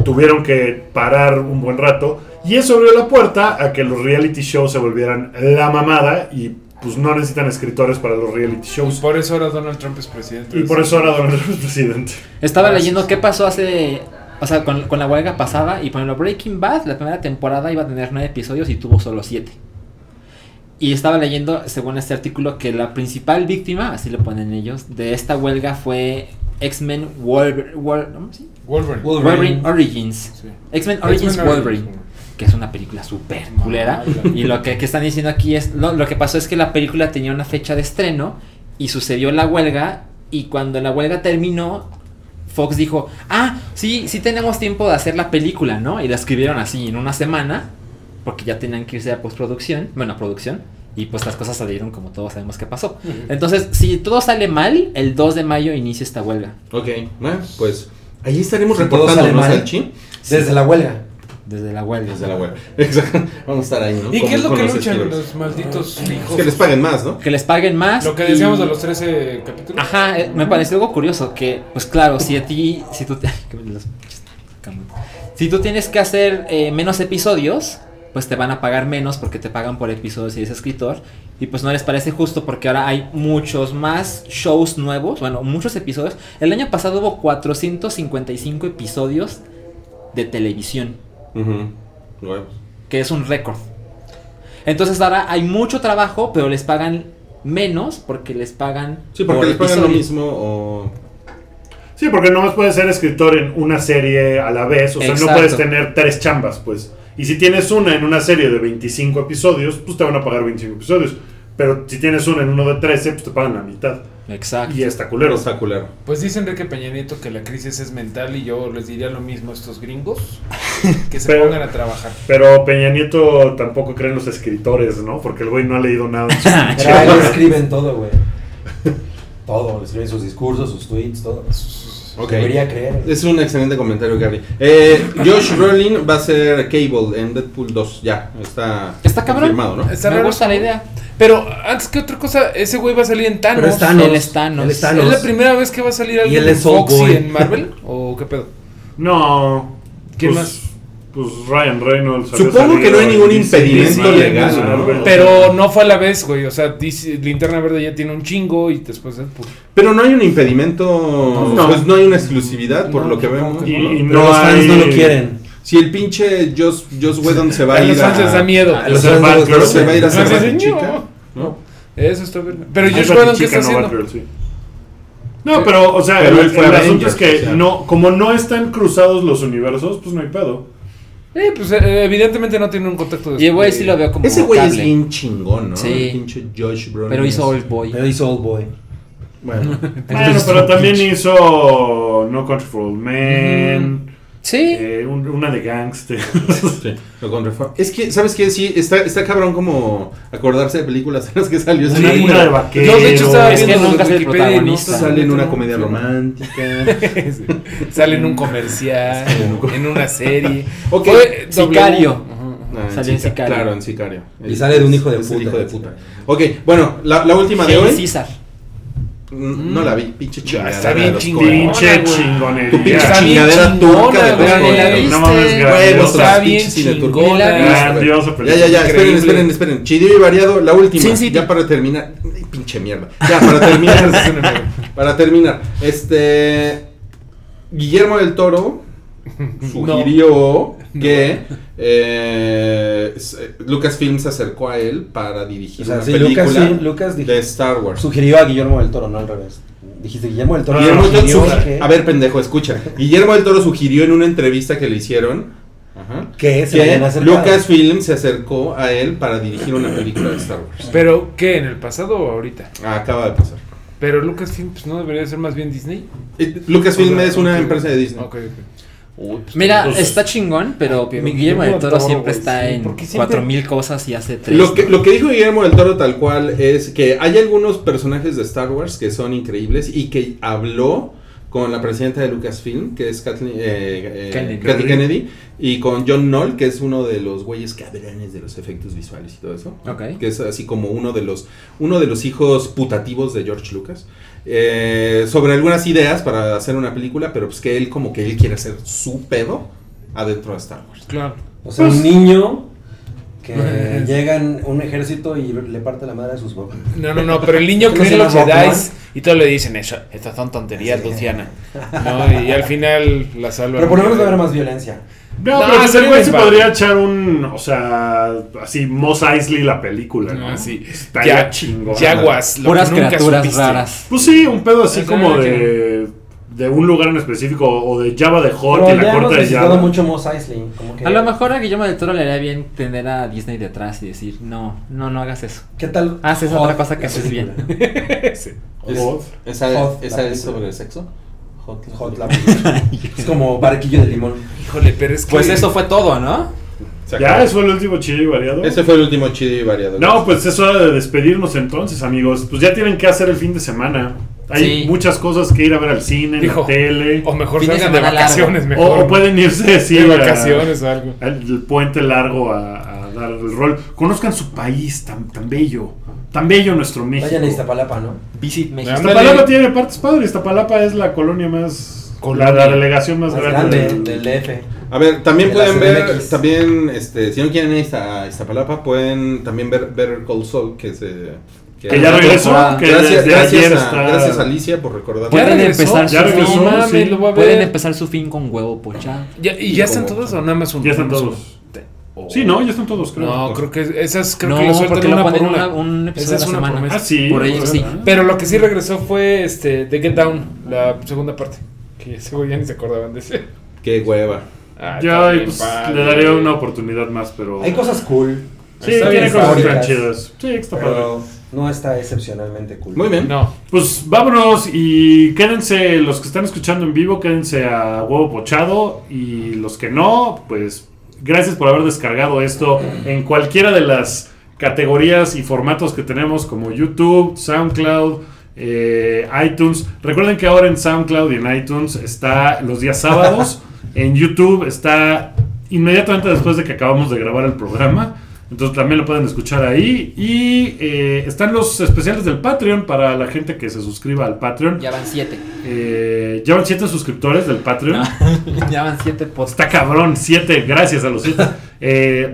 B: tuvieron que parar un buen rato, y eso abrió la puerta a que los reality shows se volvieran la mamada y pues no necesitan escritores para los reality
E: Y
B: shows.
E: por eso ahora Donald Trump es presidente.
B: Y por eso ahora Donald Trump es presidente.
C: Estaba leyendo qué pasó hace. O sea, con, con la huelga pasada. Y por ejemplo, Breaking Bad, la primera temporada iba a tener nueve episodios y tuvo solo siete. Y estaba leyendo, según este artículo, que la principal víctima, así lo ponen ellos, de esta huelga fue X-Men Wolver- Wol- ¿cómo se llama?
E: Wolverine.
C: Wolverine Origins.
E: Sí.
C: X-Men Origins
E: X-Men
C: Wolverine. que es una película súper culera.
E: Mala.
C: Y lo que, que están diciendo aquí es, lo, lo que pasó es que la película tenía una fecha de estreno y sucedió la huelga y cuando la huelga terminó, Fox dijo, ah, sí, sí tenemos tiempo de hacer la película, ¿no? Y la escribieron así en una semana, porque ya tenían que irse a postproducción, bueno, a producción. Y pues las cosas salieron como todos sabemos que pasó. Entonces, si todo sale mal, el 2 de mayo inicia esta huelga.
D: Ok, bueno, pues ahí estaremos
F: Si todo
D: reportando,
F: sale
D: ¿no,
F: mal.
D: Salchi?
F: Desde la huelga.
C: Desde la huelga.
D: Desde la huelga. Exacto. Vamos a estar ahí, ¿no?
E: ¿Y
D: Con-
E: qué es lo
D: con
E: que
D: los
E: luchan
D: escritores.
E: los malditos
D: Es
E: hijos?
D: que les paguen más, ¿no?
C: Que les paguen más.
E: Lo que
C: y-
E: decíamos de los 13 capítulos.
C: Ajá, eh, me pareció algo curioso que, pues claro, si a ti, si tú, te- que me los- si tú tienes que hacer eh, menos episodios, pues te van a pagar menos porque te pagan por episodio si eres escritor. Y pues no les parece justo porque ahora hay muchos más shows nuevos, bueno, muchos episodios. El año pasado hubo 455 episodios de televisión,
D: Ujú. Huevos.
C: que es un récord. Entonces ahora hay mucho trabajo, pero les pagan menos porque les pagan
D: Sí, porque les pagan lo
C: episodio.
D: mismo o...
B: Sí, porque nomás puedes ser escritor en una serie a la vez, o sea, no
C: Exacto.
B: puedes tener tres chambas, pues. Y si tienes una en una serie de 25 episodios, pues te van a pagar 25 episodios. Pero si tienes una en uno de 13, pues te pagan la mitad.
C: Exacto.
B: Y está
D: Pero
B: culero.
D: está culero.
E: Pues dice Enrique Peña Nieto que la crisis es mental y yo les diría lo mismo a estos gringos. Que se
B: Pero-
E: pongan a trabajar.
B: Pero Peña Nieto tampoco cree en los escritores, ¿no? Porque el güey no ha leído nada. en su pinche
F: Pero ahí
B: vida.
F: le escriben todo, güey. Todo, le escriben sus discursos, sus tweets, todo.
D: Ok.
F: Debería creer.
D: Es un excelente comentario, Gary. Eh, Josh Brolin va a ser Cable en Deadpool 2. Ya, está,
C: Está cabrón.
D: confirmado, ¿no?
E: Está
C: Me
E: raro.
C: gusta la idea.
E: Pero antes que otra cosa, ese güey va a salir en Thanos.
F: Pero es Thanos.
C: Él es Thanos.
F: Él es
E: ¿Es
F: Thanos.
E: la primera vez que va a salir alguien
F: él
E: de
F: es Oldboy.
E: Foxy en Marvel? ¿O qué pedo?
B: No.
E: ¿Quién
B: pues,
E: más?
B: Pues Ryan Reynolds. había
D: Supongo que no hay
B: salido
D: ningún
B: en DC,
D: impedimento
B: Marvel,
D: legal,
B: Marvel.
D: ¿no?
E: Pero no fue a la vez, güey. O sea, dice- Linterna Verde ya tiene un chingo y después eh, pues, Deadpool.
D: Pero no hay un impedimento, pues
B: no.
D: no, hay una exclusividad por
E: No,
D: lo que
E: supongo
D: vemos.
E: que
B: Y,
D: ¿no?
B: y
F: Pero
B: no
F: los fans
B: hay-
F: no lo quieren.
D: Si el pinche Joss, Joss Whedon se va
E: A
D: a
E: los
D: ir
E: fans les da
D: a...
E: miedo.
B: A los
F: Los fans
B: Bad
F: de los-
B: Girls.
D: se va a ir a hacer
E: Los
D: la
E: diseñó.
D: chica. ¿no?
E: Eso está bien. Pero
B: Hay
E: Josh
B: una
E: Whedon, ¿qué
B: Ah, chica
E: está
B: no
E: haciendo?
B: Bad Girl, sí. No, pero, o sea,
D: Pero
B: el,
D: él fue
B: el
D: Avengers,
B: asunto es que
D: o sea.
B: no, como no están cruzados los universos, pues no hay pedo.
E: Eh, pues eh, evidentemente no tiene un contacto de...
C: Y el güey sí lo veo como
D: Ese güey es
C: cable,
D: bien chingón, ¿no?
C: Sí.
D: El pinche Josh Brolin.
C: Pero hizo
D: es-
C: Old Boy.
F: Pero hizo Old Boy.
D: Bueno.
B: Bueno, pero también hizo No Country for Old Men,
C: Sí.
B: eh, un- una de Gangster.
D: Sí, Este, lo contrafue. Es que, ¿sabes qué? Sí, está, está cabrón como acordarse de películas en las que salió.
B: una,
D: Sí.
B: una de vaquero.
E: No, de hecho estaba
C: Es que
E: viendo
C: nunca es el
E: Wikipedia y no
C: protagonista.
E: está-
D: Sale en una
E: no,
D: comedia
E: sí.
D: romántica.
E: Sale en un comercial, en una serie.
D: Ok,
E: Fue doble-
C: Sicario.
E: Ajá.
D: Ah,
C: Salió en
D: Sica-
C: Sicario.
D: Claro, en Sicario.
F: Y sale de un hijo de
D: Es
F: puta.
D: el hijo de puta. Ok, bueno, la, la última de
C: Hail
D: hoy.
C: César.
D: Mm, No la vi, pinche chingada.
E: está bien chingón.
B: Pinche
E: Chingona, güey.
D: Tu pinche
E: Está
B: chingonería.
E: bien
D: chingadera
E: chingona,
D: turca de
E: güey,
D: verga,
C: ¿la
D: güey.
C: viste?
B: No mames, grandiosa.
E: Está
D: pinche
E: bien
D: cine turco.
E: chingona.
D: Ah,
B: Grandiosa
D: Ya,
B: película.
D: ya, ya, esperen,
E: Increíble.
D: esperen, esperen. Chido y variado, la última.
C: Sin City.
D: Ya para terminar. Ay, Pinche mierda. Ya, para terminar. para terminar. Este. Guillermo del Toro sugirió que eh, s- Lucasfilm se acercó a él para dirigir
F: O sea,
D: una
F: sí,
D: película
F: Lucas, sí, Lucas dijo-
D: de Star Wars.
F: Sugirió a Guillermo del Toro, no al revés. Dijiste Guillermo del Toro.
D: Guillermo del Toro
F: sugirió
D: sugirió-
F: que-
D: A ver, pendejo, escucha. Guillermo del Toro sugirió en una entrevista que le hicieron ajá,
F: que se
D: que
F: vayan a hacer
D: Lucasfilm se acercó a él para dirigir una película de Star Wars.
E: Pero, ¿qué? ¿En el pasado o ahorita?
D: Acaba de pasar.
E: Pero Lucasfilm pues, no debería ser más bien Disney.
D: Eh, Lucasfilm
E: O sea,
D: es una
E: ok.
D: empresa de Disney.
E: Ok, ok.
C: Mira,
B: Entonces-
C: está chingón, pero
E: pero
C: mi Guillermo
E: Guillermo
C: del
E: del
C: Toro
E: Toro,
C: siempre
E: güey,
C: está
E: sí,
C: en
E: porque siempre-
C: 4000 cosas y hace tres.
D: Lo que, lo que dijo Guillermo del Toro tal cual es que hay algunos personajes de Star Wars que son increíbles y que habló con la presidenta de Lucasfilm, que es Kathleen, eh, eh,
C: Kennedy.
D: Kathy Kennedy, y con John Knoll, que es uno de los güeyes cabrones de los efectos visuales y todo eso.
C: Ok.
D: Que es así como uno de los, uno de los hijos putativos de George Lucas. eh, sobre algunas ideas para hacer una película, pero pues que él como que él quiere hacer su pedo adentro de Star Wars.
E: Claro.
F: O sea,
C: Pues-
F: un niño que
E: Pues-
F: llega en un ejército y le parte la madre a sus papás.
E: No, no, no, pero el niño
F: ¿Cómo
E: cree
F: se
E: en los
F: llama
E: Jedi
F: Rockman?
E: y todos le dicen eso. Estas son tonterías,
F: Sí.
E: Luciana. No, y al final la salva.
F: Pero por lo menos va a haber más violencia.
B: No,
E: No,
B: pero
E: ese
B: ese
E: güey
B: güey se
E: va.
B: podría echar un, o sea, así Mos Eisley la película, ¿no?
E: Ah, sí.
B: Estaría chingón.
E: Yaguas, lo
C: Puras
E: que nunca
C: criaturas
E: supiste.
C: raras.
B: Pues sí, un pedo así
E: Ese
B: como
E: era
B: de, de un lugar en específico o de Java de Hot y
F: Pero
B: la
F: ya hemos
B: corte de Java.
F: visitado mucho Mos Eisley. Como que,
C: A lo mejor a Guillermo del Toro le haría bien tener a Disney detrás y decir, no, no, no hagas eso.
F: ¿Qué tal?
C: Haces
F: Hot,
C: Ah, otra cosa que
F: la
C: haces
F: película?
D: Es-
B: Hot.
D: ¿Esa,
F: Hot,
D: esa
F: la
D: es
F: película.
D: sobre sexo? Hot,
F: Hot, la película. es como barquillo de limón.
E: Híjole, pero es que.
C: Pues eso fue todo, ¿no?
D: Se
B: Ya,
D: acabó.
B: eso fue el último chido y variado.
D: Ese fue el último chido y variado.
B: No, pues es hora de despedirnos entonces, amigos. Pues ya tienen que hacer el fin de semana. Hay
C: Sí.
B: muchas cosas que ir a ver al cine, en
E: Dijo,
B: la tele.
E: O mejor
C: Fin de
E: salgan de,
C: semana
E: vacaciones,
B: O,
E: mejor.
B: o pueden irse sí,
E: de
B: a-
E: vacaciones o algo.
B: al al puente largo a, a dar el rol. Conozcan su país tan, tan bello. Tan bello nuestro México.
F: Vayan a Iztapalapa, ¿no?
C: Visit México.
E: Ándale.
B: Iztapalapa tiene partes padres. Iztapalapa es la colonia más.
E: Colonia.
B: La, la delegación más,
F: Más
B: grande.
F: grande,
B: del-
F: del F.
D: A ver, también
F: De la
D: pueden ver,
F: CDMX.
D: también, este, si no quieren ir a Iztapalapa, pueden también ver Better Call Saul, que se...
B: Que ya regresó.
C: Gracias-
B: Que
D: Gracias,
B: desde
D: gracias,
B: ayer
D: a,
B: está.
D: gracias, Alicia por recordar.
C: Pueden
E: regresó?
C: empezar
B: Ya
C: su
B: regresó,
C: fin.
E: mames,
B: sí.
E: lo voy a ver.
C: Pueden empezar su fin con huevo pochado.
E: Ya- ¿Y
D: Y
E: ya están
D: como-
E: todos o nada más uno?
B: Ya están
E: Nada más
B: todos.
E: uno. Oh.
B: Sí, no, ya están todos, creo.
E: No, creo que esas creo
C: No,
E: que lo sueltan
C: porque lo
E: una por
C: ponen
E: una.
C: una- un episodio
E: Esa
C: a la
E: es una
C: semana.
E: promesa.
B: Ah, sí.
C: Por ello,
B: ¿verdad?
C: sí.
E: Pero lo que sí regresó fue este The Get Down, la segunda parte. Que seguro ya ni se acordaban de ese.
D: Qué hueva.
E: Ah,
B: Ya,
E: está bien
B: pues,
E: padre.
B: le daría una oportunidad más, pero.
F: Hay cosas cool.
B: Sí,
E: Está
B: tiene
E: bien,
B: cosas
F: está
B: tan
F: bien.
B: chidas. Sí, está padre.
F: Pero no está excepcionalmente cool.
D: Muy bien.
E: No.
B: Pues vámonos y quédense, los que están escuchando en vivo, quédense a huevo pochado y los que no, pues gracias por haber descargado esto en cualquiera de las categorías y formatos que tenemos como YouTube, SoundCloud. eh, iTunes, recuerden que ahora en SoundCloud y en iTunes está los días sábados, en YouTube está inmediatamente después de que acabamos de grabar el programa. Entonces también lo pueden escuchar ahí. Y eh, están los especiales del Patreon para la gente que se suscriba al Patreon.
C: Ya van siete.
B: Eh, ya van 7 suscriptores del Patreon.
C: ya van siete post.
B: Está cabrón, 7, gracias a los 7.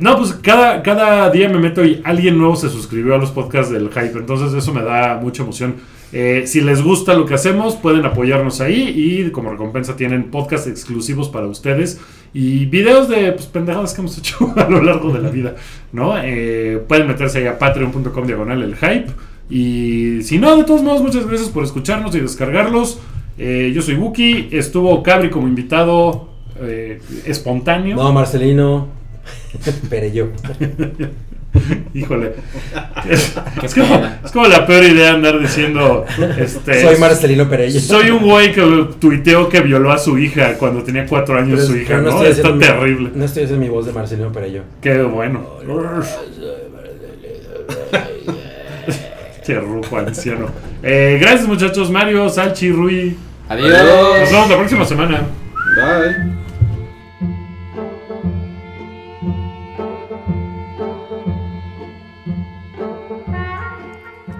B: no, pues cada, cada día me meto y alguien nuevo se suscribió a los podcasts del Hype. Entonces eso me da mucha emoción. Eh, si les gusta lo que hacemos, pueden apoyarnos ahí y como recompensa tienen podcasts exclusivos para ustedes y videos de pues, pendejadas que hemos hecho a lo largo de la vida, ¿no? Eh, pueden meterse ahí a patreon.com diagonal el hype y si no, de todos modos, muchas gracias por escucharnos y descargarlos. Eh, yo soy Buki, estuvo Cabri como invitado eh, espontáneo.
F: No, Marcelino. Pereyó.
B: Este Híjole. Es,
C: Qué
B: es como,
C: pena.
B: es como la peor idea andar diciendo este,
F: Soy Marcelino Perello.
B: Soy un güey que tuiteó que violó a su hija cuando tenía cuatro años
F: Pero-
B: su
F: pero
B: hija, ¿no?
F: estoy
B: Está
F: haciendo mi-
B: terrible.
F: No estoy haciendo mi voz de Marcelino Perello.
B: Qué bueno. Che ruco anciano. Eh, gracias muchachos, Mario, Salchi, Rui.
C: Adiós.
B: Nos vemos la próxima semana.
D: Bye.